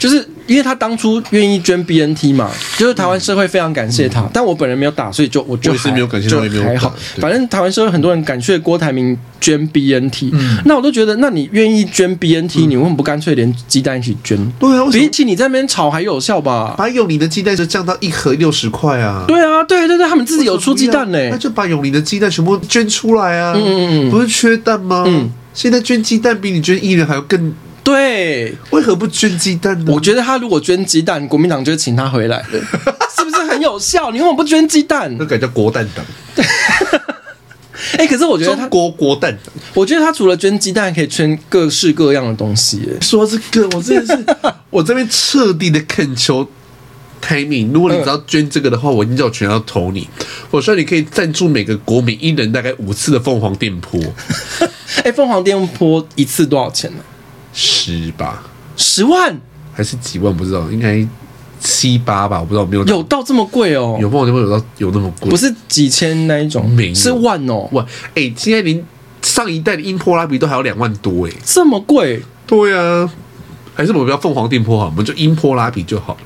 Speaker 1: 就是因为他当初愿意捐 BNT 嘛，就是台湾社会非常感谢他。但我本人没有打，所以就我就
Speaker 2: 嗯我也是
Speaker 1: 还
Speaker 2: 没有感谢他
Speaker 1: 就
Speaker 2: 也没有
Speaker 1: 还好
Speaker 2: 打。对
Speaker 1: 反正台湾社会很多人感谢郭台铭捐 BNT，那
Speaker 2: 嗯
Speaker 1: 我都觉得，那你愿意捐 BNT，你为什么不干脆连鸡蛋一起捐？
Speaker 2: 对嗯啊，为什
Speaker 1: 比
Speaker 2: 么
Speaker 1: 起你在那边炒还有效吧？
Speaker 2: 把永宁的鸡蛋就降到一盒六十块啊？
Speaker 1: 对啊，对对对，他们自己有出鸡蛋呢、
Speaker 2: 那就把永宁的鸡蛋全部捐出来啊！
Speaker 1: 嗯嗯嗯
Speaker 2: 不是缺蛋吗？
Speaker 1: 嗯
Speaker 2: 现在捐鸡蛋比你捐艺人还要更，
Speaker 1: 对，
Speaker 2: 为何不捐鸡蛋呢？
Speaker 1: 我觉得他如果捐鸡蛋，国民党就会请他回 来的，是不是很有效？你为什么不捐鸡蛋？
Speaker 2: 那改叫国蛋党，
Speaker 1: 哎、可是我觉得
Speaker 2: 中
Speaker 1: 他，
Speaker 2: 国国蛋党。
Speaker 1: 我觉得他除了捐鸡蛋，可以捐各式各样的东西。哎
Speaker 2: 说到这个，我 真的是我这边彻底的恳求 timing，如果你只要捐这个的话，我一定叫全要投你。我说你可以赞助每个国民一人大概五次的凤凰店铺，
Speaker 1: 哎、凤凰电波一次多少钱呢、
Speaker 2: 十吧，
Speaker 1: 十万
Speaker 2: 还是几万不知道，应该七八吧，我不知道有没有
Speaker 1: 有到这么贵哦、
Speaker 2: 有凤凰店铺有到有那么贵？
Speaker 1: 不是几千那一种
Speaker 2: 没，有
Speaker 1: 是万哦、
Speaker 2: 哇，哎、现在连上一代的英波拉比都还有两万多哎、
Speaker 1: 这么贵，
Speaker 2: 对啊，还是我们不要凤凰电波好，我们就英波拉比就好了。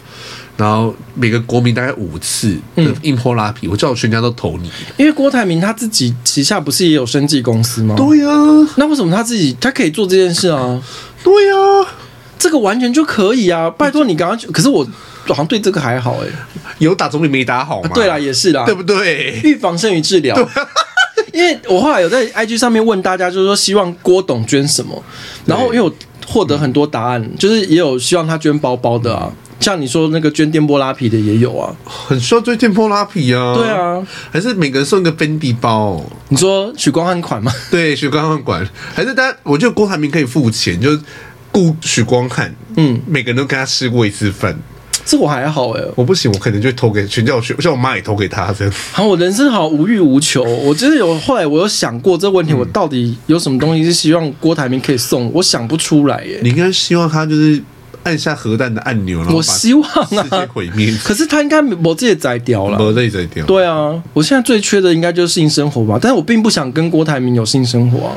Speaker 2: 然后每个国民大概五次的英波拉比，我叫我全家都投你。
Speaker 1: 因为郭台铭他自己旗下不是也有生技公司吗？
Speaker 2: 对啊，
Speaker 1: 那为什么他自己他可以做这件事啊？
Speaker 2: 对啊，
Speaker 1: 这个完全就可以啊！拜托你赶快去，可是我好像对这个还好哎、
Speaker 2: 有打总比没打好嘛。
Speaker 1: 对啦，也是啦，
Speaker 2: 啊对不对？
Speaker 1: 预防胜于治疗。 因为我后来有在 IG 上面问大家，就是说希望郭董捐什么，然后因为我获得很多答案，就是也有希望他捐包包的啊，像你说那个捐电波拉皮的也有啊，
Speaker 2: 很需要追电波拉比啊。
Speaker 1: 对，啊，
Speaker 2: 还是每个人送一个 Fendi 包。
Speaker 1: 你说许光汉款吗？
Speaker 2: 对，许光汉管，还是大家，我觉得郭台铭可以付钱，就是雇许光汉，
Speaker 1: 嗯，
Speaker 2: 每个人都跟他吃过一次饭。
Speaker 1: 这我还好哎、
Speaker 2: 我不行，我可能就投给全教学，像我妈也投给他这样。
Speaker 1: 好，我人生好无欲无求。哦我真的有后来我有想过这个
Speaker 2: 嗯
Speaker 1: 问题，我到底有什么东西是希望郭台铭可以送？我想不出来欸耶、
Speaker 2: 你应该希望他就是按下核弹的按钮，然后
Speaker 1: 我
Speaker 2: 把世
Speaker 1: 希望
Speaker 2: 界
Speaker 1: 啊，
Speaker 2: 毁灭。
Speaker 1: 可是他应该没我自己摘掉了。
Speaker 2: 我累着一点，
Speaker 1: 对啊，我现在最缺的应该就是性生活吧，但是我并不想跟郭台铭有性生活啊，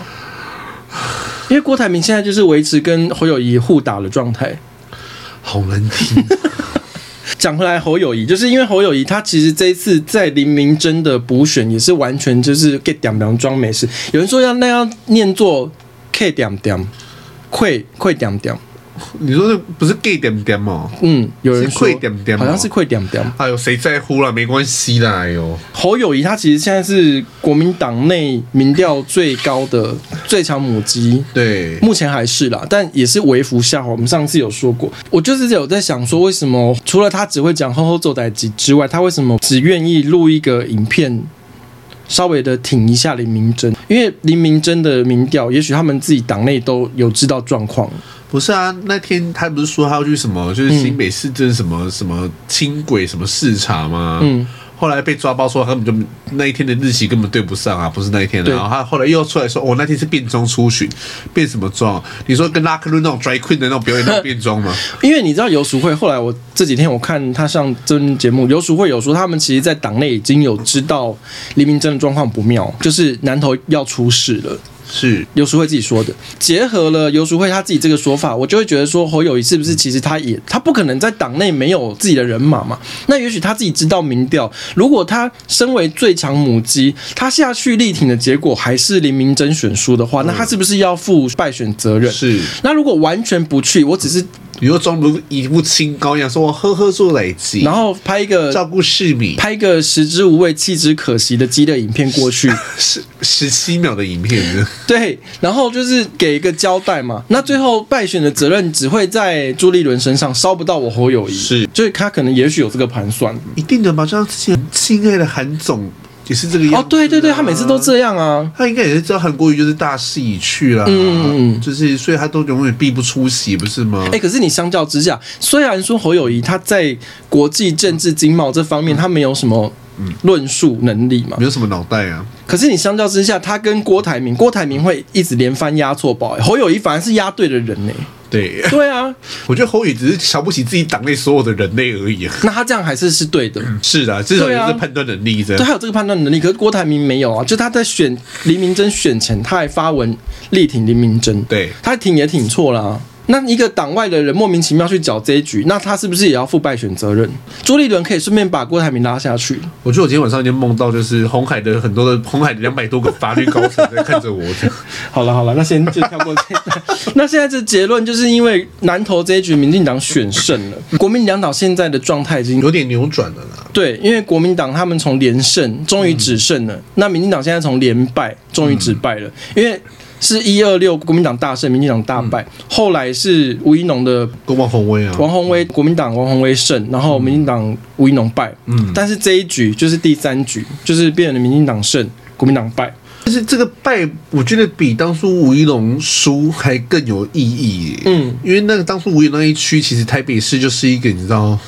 Speaker 1: 因为郭台铭现在就是维持跟侯友谊互打的状态。
Speaker 2: 好难听。哦
Speaker 1: 讲回来，侯友谊就是因为侯友谊他其实这一次在林明真的补选也是完全就是 get 点点装没事，有人说要那样念作 k 点点，愧愧点点，
Speaker 2: 你说这不是 gay 点点吗？
Speaker 1: 嗯，有人
Speaker 2: 是
Speaker 1: 说
Speaker 2: 愧点点吗
Speaker 1: 好像是愧点点。
Speaker 2: 哎呦，谁在乎啦？没关系啦，哎呦，
Speaker 1: 侯友谊他其实现在是国民党内民调最高的最强母鸡，
Speaker 2: 对，
Speaker 1: 目前还是啦，但也是微服下滑。我们上次有说过，我就是有在想说，为什么除了他只会讲“吼吼走歹机”之外，他为什么只愿意录一个影片，稍微的挺一下林明真？因为林明真的民调，也许他们自己党内都有知道状况。
Speaker 2: 不是啊，那天他不是说他要去什么，就是
Speaker 1: 嗯
Speaker 2: 新北市政什么、什么轻轨什么视察吗？
Speaker 1: 嗯。
Speaker 2: 后来被抓包说他根本就那一天的日期根本对不上啊，不是那一天啊、
Speaker 1: 对
Speaker 2: 然后他后来又出来说，我、哦、那天是变装出巡，变什么装？你说跟拉克鲁那种 drag queen 的那种表演那种 变装吗？
Speaker 1: 因为你知道游淑慧，后来我这几天我看她上真人节目，游淑慧有说他们其实在党内已经有知道黎明真的状况不妙，就是南投要出事了。
Speaker 2: 是，
Speaker 1: 游淑慧自己说的，结合了游淑慧她自己这个说法，我就会觉得说侯友谊是不是其实他也他不可能在党内没有自己的人马嘛？那也许他自己知道民调，如果他身为最强母鸡，他下去力挺的结果还是林明真选输的话，那他是不是要负败选责任？
Speaker 2: 是
Speaker 1: 那如果完全不去，我只是
Speaker 2: 你说装如一副清高一样，说我呵呵做累积，
Speaker 1: 然后拍一
Speaker 2: 照
Speaker 1: 个
Speaker 2: 顾市 民，
Speaker 1: 拍一个食之无味弃之可惜的鸡的影片过去。
Speaker 2: 十十七秒的影片，
Speaker 1: 对，然后就是给一个交代嘛。那最后败选的责任只会在朱立伦身上，烧不到我侯友谊。
Speaker 2: 是
Speaker 1: 就是他可能也许有这个盘算。
Speaker 2: 一定的嘛，就像之前亲爱的韩总也是这个样子、啊
Speaker 1: 哦，对对对，他每次都。这样啊。
Speaker 2: 他应该也是知道韩国瑜就是大势已去啦，
Speaker 1: 嗯嗯嗯
Speaker 2: 就是所以他都永远必不出席，不是吗？
Speaker 1: 哎、可是你相较之下，虽然说侯友谊他在国际政治经贸这方面他没有什么论述能力嘛，
Speaker 2: 没有什么脑袋啊，
Speaker 1: 可是你相较之下，他跟郭台铭，郭台铭会一直连番压错宝、哎侯友谊反而是压对的人呢、
Speaker 2: 对，
Speaker 1: 对啊，
Speaker 2: 我觉得侯宇只是瞧不起自己党内所有的人类而已啊。
Speaker 1: 那他这样还是是对的。
Speaker 2: 是的，至少
Speaker 1: 对
Speaker 2: 有
Speaker 1: 啊
Speaker 2: 这判断能力这
Speaker 1: 对，
Speaker 2: 样。
Speaker 1: 他有这个判断能力，可是郭台铭没有啊。就他在选林明珍选前，他还发文力挺林明珍，
Speaker 2: 对
Speaker 1: 他挺也挺错了、那一个党外的人莫名其妙去搅这一局，那他是不是也要负败选责任？朱立伦可以顺便把郭台铭拉下去，
Speaker 2: 我觉得我今天晚上已经梦到，就是红海的很多的红海的两百多个法律高层在看着我，
Speaker 1: 好了好了，那先就跳过这一 那现在这结论就是因为南投这一局，民进党选胜了，国民两党现在的状态已经
Speaker 2: 有点扭转了 啦。
Speaker 1: 对，因为国民党他们从连胜终于止胜
Speaker 2: 嗯
Speaker 1: 了，那民进党现在从连败终于止败了，因为是一二六国民党大胜，民进党大败，
Speaker 2: 嗯
Speaker 1: 后来是吴一农的
Speaker 2: 跟王宏威啊，
Speaker 1: 王宏威，国民党王宏威胜，然后民进党吴一农败，
Speaker 2: 嗯
Speaker 1: 但是这一局就是第三局，就是变成民进党胜，国民党败。
Speaker 2: 就是这个败，我觉得比当初吴一龙输还更有意义耶。
Speaker 1: 嗯
Speaker 2: 因为那个当初吴一龙那一区，其实台北市就是一个你知道，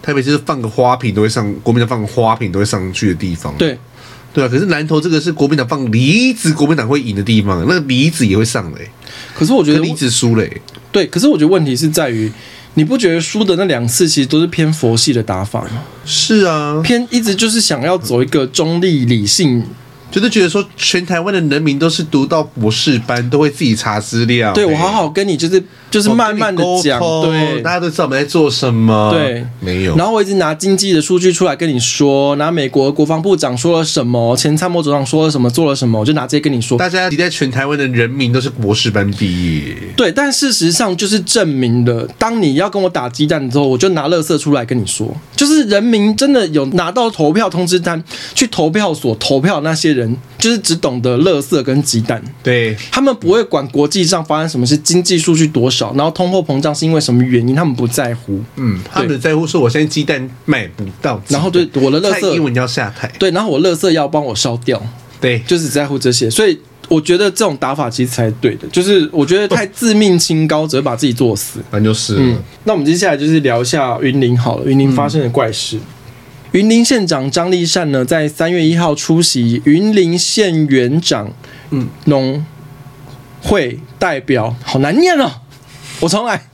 Speaker 2: 台北市放个花瓶都会上，国民党放个花瓶都会上去的地方。
Speaker 1: 对，
Speaker 2: 对啊，可是南投这个是国民党放梨子，国民党会赢的地方，那个梨子也会上嘞、
Speaker 1: 可是我觉
Speaker 2: 可
Speaker 1: 得
Speaker 2: 梨子输嘞、
Speaker 1: 对，可是我觉得问题是在于，你不觉得输的那两次其实都是偏佛系的打法吗？
Speaker 2: 是啊，
Speaker 1: 偏一直就是想要走一个中立理性
Speaker 2: 就是觉得说全台湾的人民都是读到博士班，都会自己查资料、
Speaker 1: 对我
Speaker 2: 欸
Speaker 1: 好。好跟你就是就是慢慢的讲，
Speaker 2: 我哦跟你沟
Speaker 1: 对
Speaker 2: 通大。家都知道我们在做什么。
Speaker 1: 对
Speaker 2: 没有。
Speaker 1: 然后我一直拿经济的数据出来跟你说，拿美国国防部长说了什么，前参谋总长说了什么，做了什么，我就拿这些跟你说。
Speaker 2: 大家期待全台湾的人民都是博士班毕业，
Speaker 1: 对，但事实上就是证明了，当你要跟我打鸡蛋之后，我就拿垃圾出来跟你说，就是人民真的有拿到投票通知单去投票所投票的那些人，就是只懂得垃圾跟鸡蛋。
Speaker 2: 对，
Speaker 1: 他们不会管国际上发生什么事，经济数据多少，然后通货膨胀是因为什么原因，他们不在乎。
Speaker 2: 嗯，他们在乎说我现在鸡蛋买不到鸡
Speaker 1: 然
Speaker 2: 蛋，
Speaker 1: 后对我的垃
Speaker 2: 蔡英
Speaker 1: 圾，
Speaker 2: 文要下台，
Speaker 1: 对，然后我垃圾要帮我烧掉，
Speaker 2: 对，
Speaker 1: 就是在乎这些，所以我觉得这种打法其实才对的，就是我觉得太自命清高，只会把自己作死。
Speaker 2: 反正就是
Speaker 1: 嗯，那我们接下来就是聊一下云林好了，云林发生的怪事。云林县长张立善呢，在三月一号出席云林县园长
Speaker 2: 嗯
Speaker 1: 农会代表，好难念哦，我重来。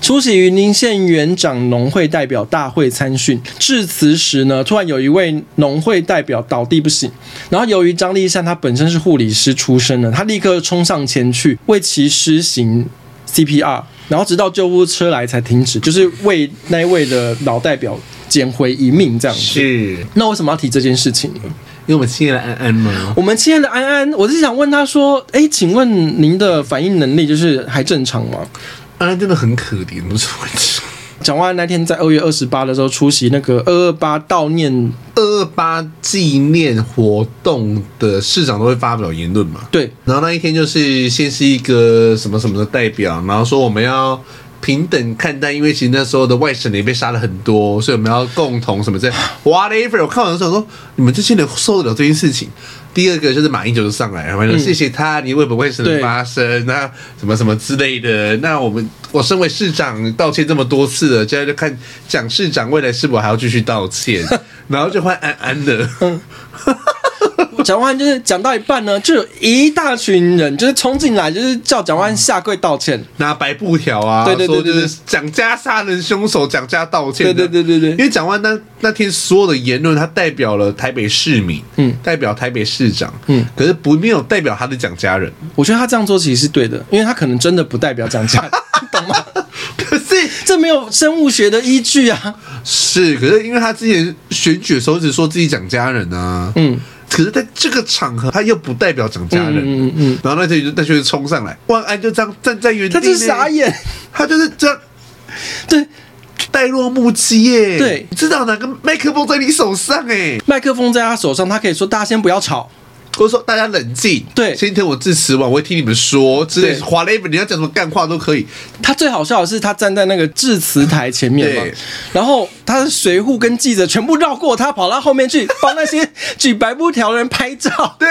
Speaker 1: 出席云林县园长农会代表大会参训，致辞时呢，突然有一位农会代表倒地不醒，然后由于张立善他本身是护理师出身的，他立刻冲上前去为其施行 CPR，然后直到救护车来才停止，就是为那一位的老代表捡回一命这样子。
Speaker 2: 是因
Speaker 1: 那为什么要提这件事情呢？
Speaker 2: 为我们亲爱的安安嘛，
Speaker 1: 我们亲爱的安安，我是想问他说，哎，请问您的反应能力就是还正常吗？
Speaker 2: 安安真的很可怜，不是问题。
Speaker 1: 蒋万安那天在二月二十八的时候出席那个二二八悼念，
Speaker 2: 二二八纪念活动的市长都会发表言论嘛，
Speaker 1: 对
Speaker 2: 然后那一天就是先是一个什么什么的代表，然后说我们要平等看待，因为其实那时候的外省人也被杀了很多，所以我们要共同什么这 whatever。我看完的时候说，你们这些人受得了这件事情。第二个就是马英九就上来，然后说谢谢他，你为本外省人
Speaker 1: 对
Speaker 2: 发声，那什么什么之类的。那我们我身为市长道歉这么多次了，现在就看蒋市长未来是否还要继续道歉，然后就换安安的。
Speaker 1: 蒋万安就是讲到一半呢，就有一大群人就是冲进来，就是叫蒋万安下跪道歉。
Speaker 2: 拿白布条啊，
Speaker 1: 对对对对
Speaker 2: 说就是蒋家杀人凶手，蒋家道歉
Speaker 1: 对
Speaker 2: 的。
Speaker 1: 对对对
Speaker 2: 因
Speaker 1: 对，
Speaker 2: 为蒋万那那天所有的言论，他代表了台北市民，
Speaker 1: 嗯
Speaker 2: 代表台北市长，
Speaker 1: 嗯，
Speaker 2: 可是不没有代表他的蒋 家人，
Speaker 1: 我觉得他这样做其实是对的，因为他可能真的不代表蒋家，你懂吗？
Speaker 2: 可是
Speaker 1: 这没有生物学的依据啊。
Speaker 2: 是，可是因为他之前选举的时候只说自己蒋家人啊，
Speaker 1: 嗯，
Speaker 2: 可是在这个场合他又不代表蒋家人，
Speaker 1: 嗯嗯嗯
Speaker 2: 然后那天就那群人冲上来，万安就这样站在原地，
Speaker 1: 他就是傻，眼，
Speaker 2: 他就是这样
Speaker 1: 对，
Speaker 2: 呆若木鸡耶、
Speaker 1: 对
Speaker 2: 你知道哪个麦克风在你手上哎、
Speaker 1: 麦克风在他手上，他可以说大家先不要吵，
Speaker 2: 或者说大家冷静，
Speaker 1: 对
Speaker 2: 先听我致辞完，我会听你们说之类
Speaker 1: 对
Speaker 2: 华 l e 你要讲什么干话都可以。
Speaker 1: 他最好笑的是，他站在那个致辞台前面嘛
Speaker 2: 对，
Speaker 1: 然后他的随护跟记者全部绕过他，跑到后面去帮那些举白布条的人拍照，
Speaker 2: 对，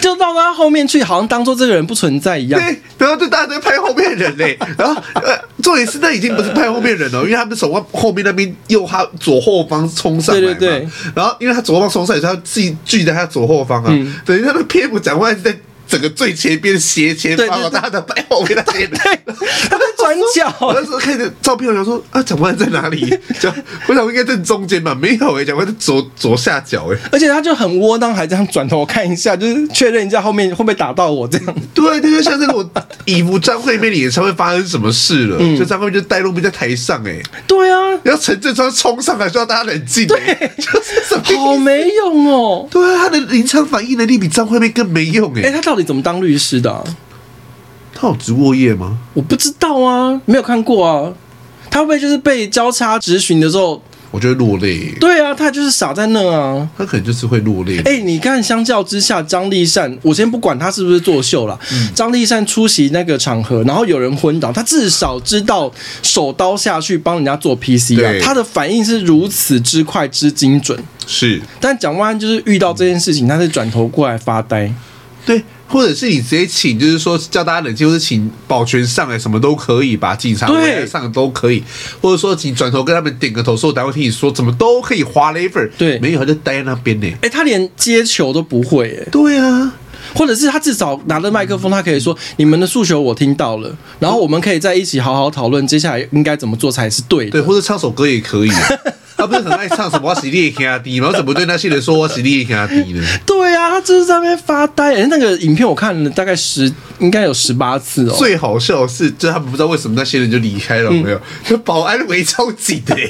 Speaker 1: 就绕到他后面去，好像当做这个人不存在一样。
Speaker 2: 对，然后就大家都在拍后面人 嘞、然后呃，重点是那已经不是拍后面人了，因为他们手腕后面那边右他左后方冲上来嘛，
Speaker 1: 对对对
Speaker 2: 然后因为他左后方冲上来，所以他自己聚在他左后方啊，
Speaker 1: 嗯
Speaker 2: 等于他的篇幅讲话是在整个最前边斜前方、啊，
Speaker 1: 对对对
Speaker 2: 大家在拍后面那些人。
Speaker 1: 他在转
Speaker 2: 我
Speaker 1: 角
Speaker 2: 那，时候看着照片，我想说啊，蒋万安在哪里？蒋，我想应该在中间吧，没有哎、蒋万安在左左下角哎、
Speaker 1: 而且他就很窝囊，还这样转头看一下，就是确认一下后面会不会打到我这样。
Speaker 2: 对，那就像是我以服张惠妹的演唱会发生什么事了，
Speaker 1: 嗯
Speaker 2: 就张惠妹就带路妹在台上哎、
Speaker 1: 对啊，
Speaker 2: 然后陈振川冲上来说要大家冷静、欸，就是什么意思
Speaker 1: 好没用 哦。
Speaker 2: 对啊，他的临场反应能力比张惠妹更没用哎、
Speaker 1: 哎、他到底怎么当律师的啊、
Speaker 2: 他有直过夜吗？
Speaker 1: 我不知道啊，没有看过啊。他会不会就是被交叉质询的时候？
Speaker 2: 我觉得落泪，
Speaker 1: 对啊，他就是傻在那啊。
Speaker 2: 他可能就是会落泪。
Speaker 1: 哎、你看，相较之下，张立善，我先不管他是不是作秀啦，张、立善出席那个场合，然后有人昏倒，他至少知道手刀下去帮人家做 PCR，
Speaker 2: 对
Speaker 1: 他的反应是如此之快之精准。
Speaker 2: 是
Speaker 1: 但蒋万安就是遇到这件事情，他是转头过来发呆。
Speaker 2: 对，或者是你直接请，就是说叫大家冷静，或者请保全上来，什么都可以吧，警察
Speaker 1: 对
Speaker 2: 围来上来都可以，或者说请转头跟他们点个头，说我待会听你说，怎么都可以划 lever。
Speaker 1: 对
Speaker 2: 没有他就待在那边欸呢、
Speaker 1: 哎、他连接球都不会、哎，
Speaker 2: 对啊，
Speaker 1: 或者是他至少拿着麦克风，他可以说：“你们的诉求我听到了，然后我们可以在一起好好讨论接下来应该怎么做才是对的。
Speaker 2: 对，或者唱首歌也 可以、啊。他不是很爱唱什么“我是你的兄弟”吗？我怎么对那些人说“我是你的兄弟”呢？”
Speaker 1: 对啊，他就是在那边发呆、哎那个影片我看了大概十，应该有十八次哦。
Speaker 2: 最好笑的是，就他们不知道为什么那些人就离开了，有没有？ 就保安围超紧 的、欸，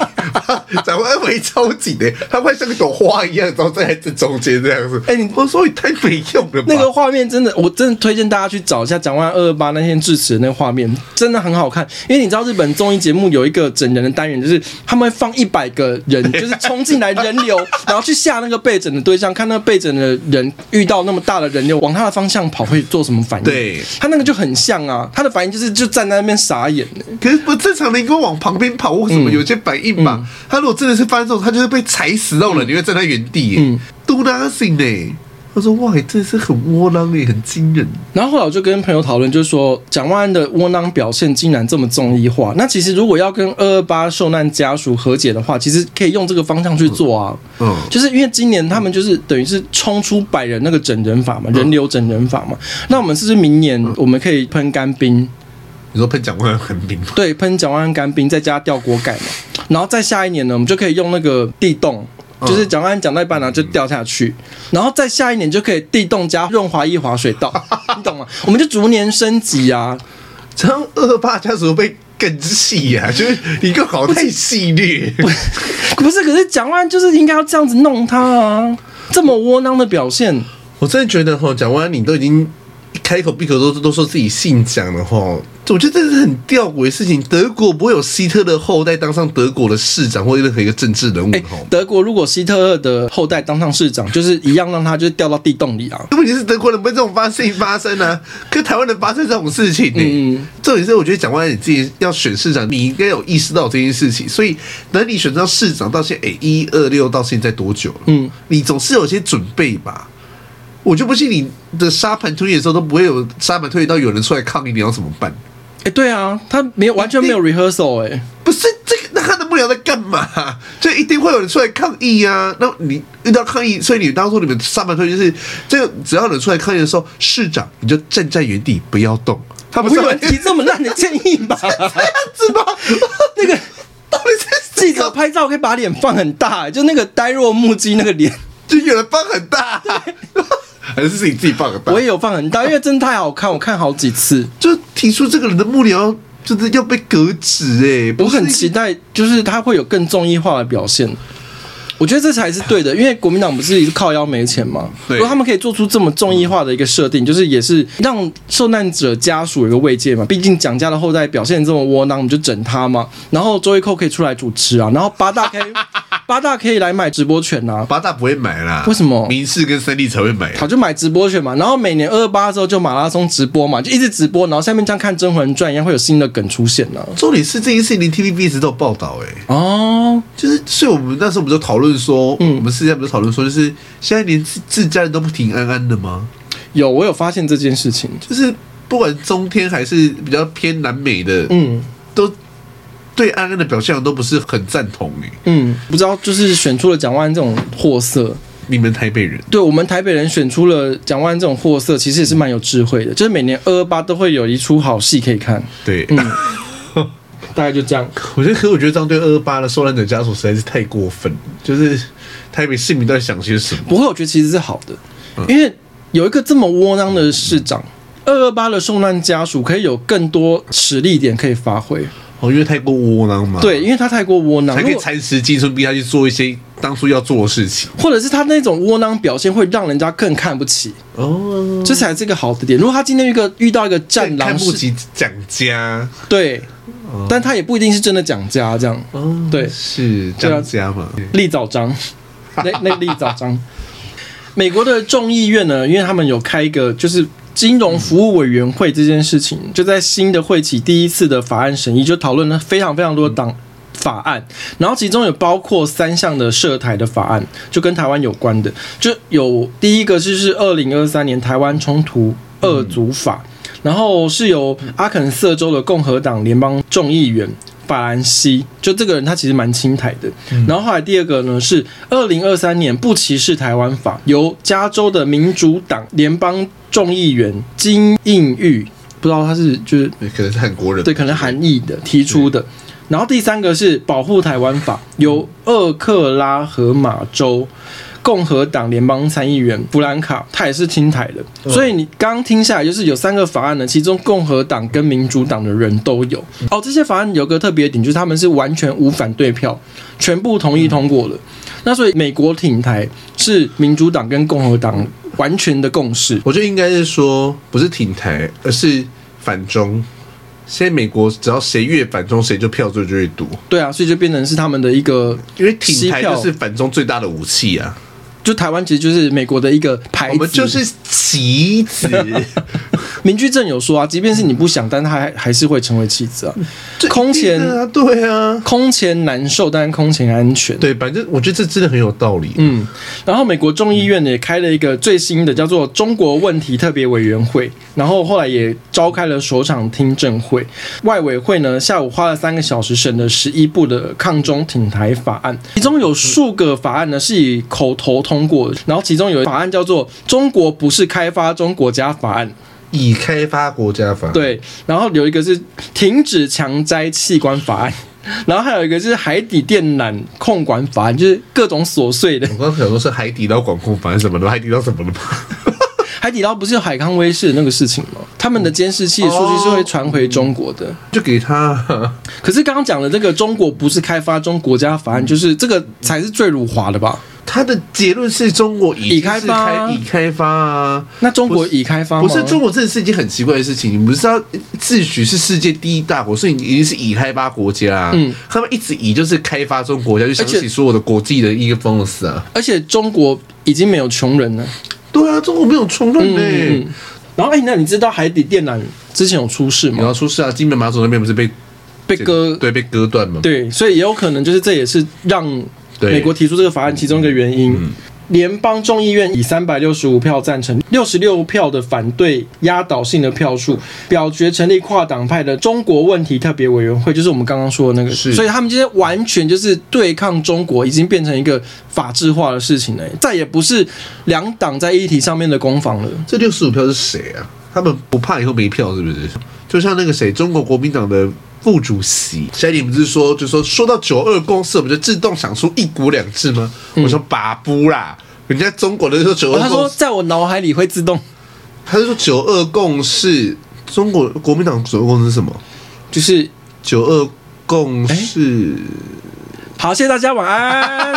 Speaker 2: 保安围超紧的、他快像一朵花一样，然后站在这中间这样子。
Speaker 1: 哎你
Speaker 2: 我说你太没用了吧？
Speaker 1: 那个画面真的，我真的推荐大家去找一下蒋万二二八那天致辞的那个画面，真的很好看。因为你知道日本综艺节目有一个整人的单元，就是他们会放一百个人， 就是冲进来人流，然后去吓那个被整的对象，看那个被整的人遇到那么大的人流往他的方向跑会做什么反应。
Speaker 2: 对
Speaker 1: 他那个就很像啊，他的反应就是就站在那边傻眼。
Speaker 2: 可是不正常的，应该往旁边跑，为什么有些反应嘛？他如果真的是发生这种，他就是被踩死到了，你会站在原地、欸 d o nothing 呢、他说：“哇，你真的是很窝囊诶、很惊人。
Speaker 1: 然后后来我就跟朋友讨论，就是说蒋万安的窝囊表现竟然这么综艺化。那其实如果要跟二二八受难家属和解的话，其实可以用这个方向去做啊。
Speaker 2: 嗯
Speaker 1: 就是因为今年他们就是等于是冲出百人那个整人法嘛，人流整人法嘛。那我们是不是明年我们可以喷干冰？”
Speaker 2: 你说喷蒋万安很冰吗？
Speaker 1: 对，喷蒋万安干冰，再加吊锅盖嘛。然后再下一年呢，我们就可以用那个地洞。就是蒋万安讲到一半呢、就掉下去，然后再下一年就可以地洞加润滑液滑水道，你懂吗？我们就逐年升级啊！
Speaker 2: 这样恶霸家族被更细 呀、啊，就是你个搞太细略。
Speaker 1: 不是，可是蒋万安就是应该要这样子弄他啊，这么窝囊的表现，
Speaker 2: 我真的觉得哈，蒋万安你都已经一开口闭口都都说自己姓蒋了哈，我觉得这是很吊诡的事情。德国不会有希特勒后代当上德国的市长或任何一个政治人物
Speaker 1: 哎、
Speaker 2: 哈。
Speaker 1: 德国如果希特勒的后代当上市长，就是一样让他就是掉到地洞里啊。
Speaker 2: 问题是德国人不会这种发事情发生啊，跟台湾人发生这种事情呢、
Speaker 1: 嗯
Speaker 2: 重点是我觉得蒋万安你自己要选市长，你应该有意识到这件事情。所以，等你选上市长到现在，哎、一二六到现在多久了？
Speaker 1: 嗯，
Speaker 2: 你总是有些准备吧。我就不信你的沙盘推演的时候都不会有沙盘推演到有人出来抗议，你要怎么办？
Speaker 1: 哎、对啊，他没有完全没有 rehearsal 哎、
Speaker 2: 不是这个，那他的幕僚在干嘛？就一定会有人出来抗议啊！那你遇到抗议，所以你当初你们上半推就是这个，只要有人出来抗议的时候，市长你就站在原地不要动。他们
Speaker 1: 不
Speaker 2: 上
Speaker 1: 有
Speaker 2: 来
Speaker 1: 人提这么烂的建议吧？
Speaker 2: 是吧？
Speaker 1: 那个
Speaker 2: 到底是
Speaker 1: 记者拍照可以把脸放很大、就那个呆若木鸡那个 脸，
Speaker 2: 就有人放很大，还是自己自己放很大
Speaker 1: 我？也有放很大，因为真的太好看，我看好几次。
Speaker 2: 就提出这个人的幕僚就是要被革职哎、
Speaker 1: 我
Speaker 2: 不是
Speaker 1: 很期待，就是他会有更综艺化的表现。我觉得这才是对的，因为国民党不是一直靠腰没钱吗？
Speaker 2: 对
Speaker 1: 如果他们可以做出这么综艺化的一个设定，就是也是让受难者家属有一个慰藉嘛。毕竟蒋家的后代表现得这么窝囊，我们就整他嘛。然后周一蔻可以出来主持啊，然后八大 K 八大可以来买直播权啊，
Speaker 2: 八大不会买啦，
Speaker 1: 为什么
Speaker 2: 民视跟三立才会买？啊
Speaker 1: 好就买直播权嘛。然后每年二八之后就马拉松直播嘛，就一直直播，然后下面像看《甄嬛传》一样会有新的梗出现啊呢、
Speaker 2: 重点是这件事情连 TVB 一直都有报道哎、
Speaker 1: 哦，
Speaker 2: 就是所以我们那时候我们就讨论说，嗯，我们私下不是讨论说，就是现在连自自家人都不平安安的吗？
Speaker 1: 有我有发现这件事情，
Speaker 2: 就是不管中天还是比较偏南美的，
Speaker 1: 嗯。
Speaker 2: 都对安安的表现都不是很赞同哎、
Speaker 1: 嗯，不知道就是选出了蒋万安这种货色，
Speaker 2: 你们台北人。
Speaker 1: 对我们台北人选出了蒋万安这种货色，其实也是蛮有智慧的。就是每年二二八都会有一出好戏可以看，
Speaker 2: 对，
Speaker 1: 嗯大概就这样。
Speaker 2: 我觉得，可是我觉得这样对二二八的受难者家属实在是太过分了，就是台北市民到底想些什么？
Speaker 1: 不过我觉得其实是好的，因为有一个这么窝囊的市长，二二八的受难家属可以有更多实力点可以发挥。
Speaker 2: 哦，因为太过窝囊嘛，
Speaker 1: 对，，因为他太过窝囊，
Speaker 2: 才可
Speaker 1: 如
Speaker 2: 以
Speaker 1: 果
Speaker 2: 蚕食青春，逼他去做一些当初要做的事情。
Speaker 1: 或者是他那种窝囊表现会让人家更看不起，
Speaker 2: 哦，
Speaker 1: 这才是一个好的点。如果他今天一个遇到一个战
Speaker 2: 看
Speaker 1: 狼式，
Speaker 2: 不起哦蒋家，
Speaker 1: 对，但他也不一定是真的讲家这样。
Speaker 2: 哦，
Speaker 1: 对
Speaker 2: 是
Speaker 1: 对啊
Speaker 2: 张家嘛，
Speaker 1: 立早章，那那立早章。 美国的众议院呢，因为他们有开一个就是金融服务委员会这件事情，就在新的会期第一次的法案审议，就讨论了非常非常多的党法案，然后其中有包括三项的涉台的法案，就跟台湾有关的，就有第一个就是二零二三年台湾冲突二族法，然后是由阿肯色州的共和党联邦众议员法兰西，就这个人他其实蛮青台的。然后后来第二个呢是二零二三年不歧视台湾法，由加州的民主党联邦众议员金应玉，不知道他是就是
Speaker 2: 对可能是韩国人，
Speaker 1: 对，可能含义的提出的。然后第三个是保护台湾法，由厄克拉荷马州共和党联邦参议员弗兰卡，他也是听台的。
Speaker 2: 嗯
Speaker 1: 所以你刚刚听下来，就是有三个法案呢，其中共和党跟民主党的人都有。
Speaker 2: 嗯
Speaker 1: 哦，这些法案有个特别点，就是他们是完全无反对票，全部同
Speaker 2: 嗯
Speaker 1: 意通过了。那所以美国挺台是民主党跟共和党完全的共识。
Speaker 2: 我觉得应该是说不是挺台，而是反中。现在美国只要谁越反中，谁就票数就越多，
Speaker 1: 对啊，所以就变成是他们的一个
Speaker 2: 因为挺台
Speaker 1: 西票
Speaker 2: 就是反中最大的武器啊。
Speaker 1: 就台湾其实就是美国的一个牌子，
Speaker 2: 我们就是棋 子，
Speaker 1: 民居正有说啊，即便是你不想，但他还还是会成为妻子啊。
Speaker 2: 这
Speaker 1: 空前
Speaker 2: 一定的啊，对啊，
Speaker 1: 空前难受，但空前安全。
Speaker 2: 对，反正我觉得这真的很有道理。
Speaker 1: 嗯，然后美国众议院呢也开了一个最新的叫做“中国问题特别委员会”，然后后来也召开了首场听证会。外委会呢下午花了三个小时审了十一部的抗中挺台法案，其中有数个法案呢是以口头通过的，然后其中有法案叫做《中国不是开发中国家法案》，
Speaker 2: 以开发国家法，，
Speaker 1: 对，然后有一个是停止强摘器官法案，然后还有一个就是海底电缆控管法案，就是各种琐碎的
Speaker 2: 我。刚刚想说是海底捞管控法还是什么的，海底捞什么的吗？
Speaker 1: 海底捞不是有海康威视的那个事情吗？他们的监视器的数据是会传回中国的。
Speaker 2: 就给他，
Speaker 1: 可是刚刚讲的这个中国不是开发中国家法案，就是这个才是最辱华的吧？
Speaker 2: 他的结论是中国已
Speaker 1: 已开发
Speaker 2: 经是开已开发啊。
Speaker 1: 那中国已开发吗？
Speaker 2: 不是中国这是一件很奇怪的事情，你不是要自诩是世界第一大国，所以你一定是已开发国家、啊。
Speaker 1: 嗯，
Speaker 2: 他们一直以就是开发中国家，就想
Speaker 1: 而且
Speaker 2: 起所有的国际的一个方式啊。
Speaker 1: 而且中国已经没有穷人了。
Speaker 2: 对啊，中国没有冲浪
Speaker 1: 嗯
Speaker 2: 呢、
Speaker 1: 嗯嗯然后，哎、那你知道海底电缆之前有出事
Speaker 2: 你
Speaker 1: 吗？
Speaker 2: 要出事啊，金门马祖那边不是被
Speaker 1: 被割
Speaker 2: 对被割断吗？
Speaker 1: 对，所以也有可能就是这也是让
Speaker 2: 对嗯
Speaker 1: 美国提出这个法案其中一个原因。联邦众议院以三百六十五票赞成、六十六票的反对压倒性的票数，表决成立跨党派的中国问题特别委员会，就是我们刚刚说的那个。
Speaker 2: 是
Speaker 1: 所以他们今天完全就是对抗中国，已经变成一个法制化的事情了，欸再也不是两党在议题上面的攻防了。
Speaker 2: 这六十五票是谁啊？他们不怕以后没票是不是？就像那个谁，中国国民党的副主席，现在你不是说，就说说到九二共识，我们就自动想出一国两制吗？我说把不啦，人家中国人说
Speaker 1: 嗯
Speaker 2: 九
Speaker 1: 哦、他
Speaker 2: 二
Speaker 1: 说，
Speaker 2: 共识，
Speaker 1: 在我脑海里会自动，
Speaker 2: 他就说九二共识，中国国民党九二共识是什么？
Speaker 1: 就是
Speaker 2: 九二共识，
Speaker 1: 好，谢谢大家，晚安。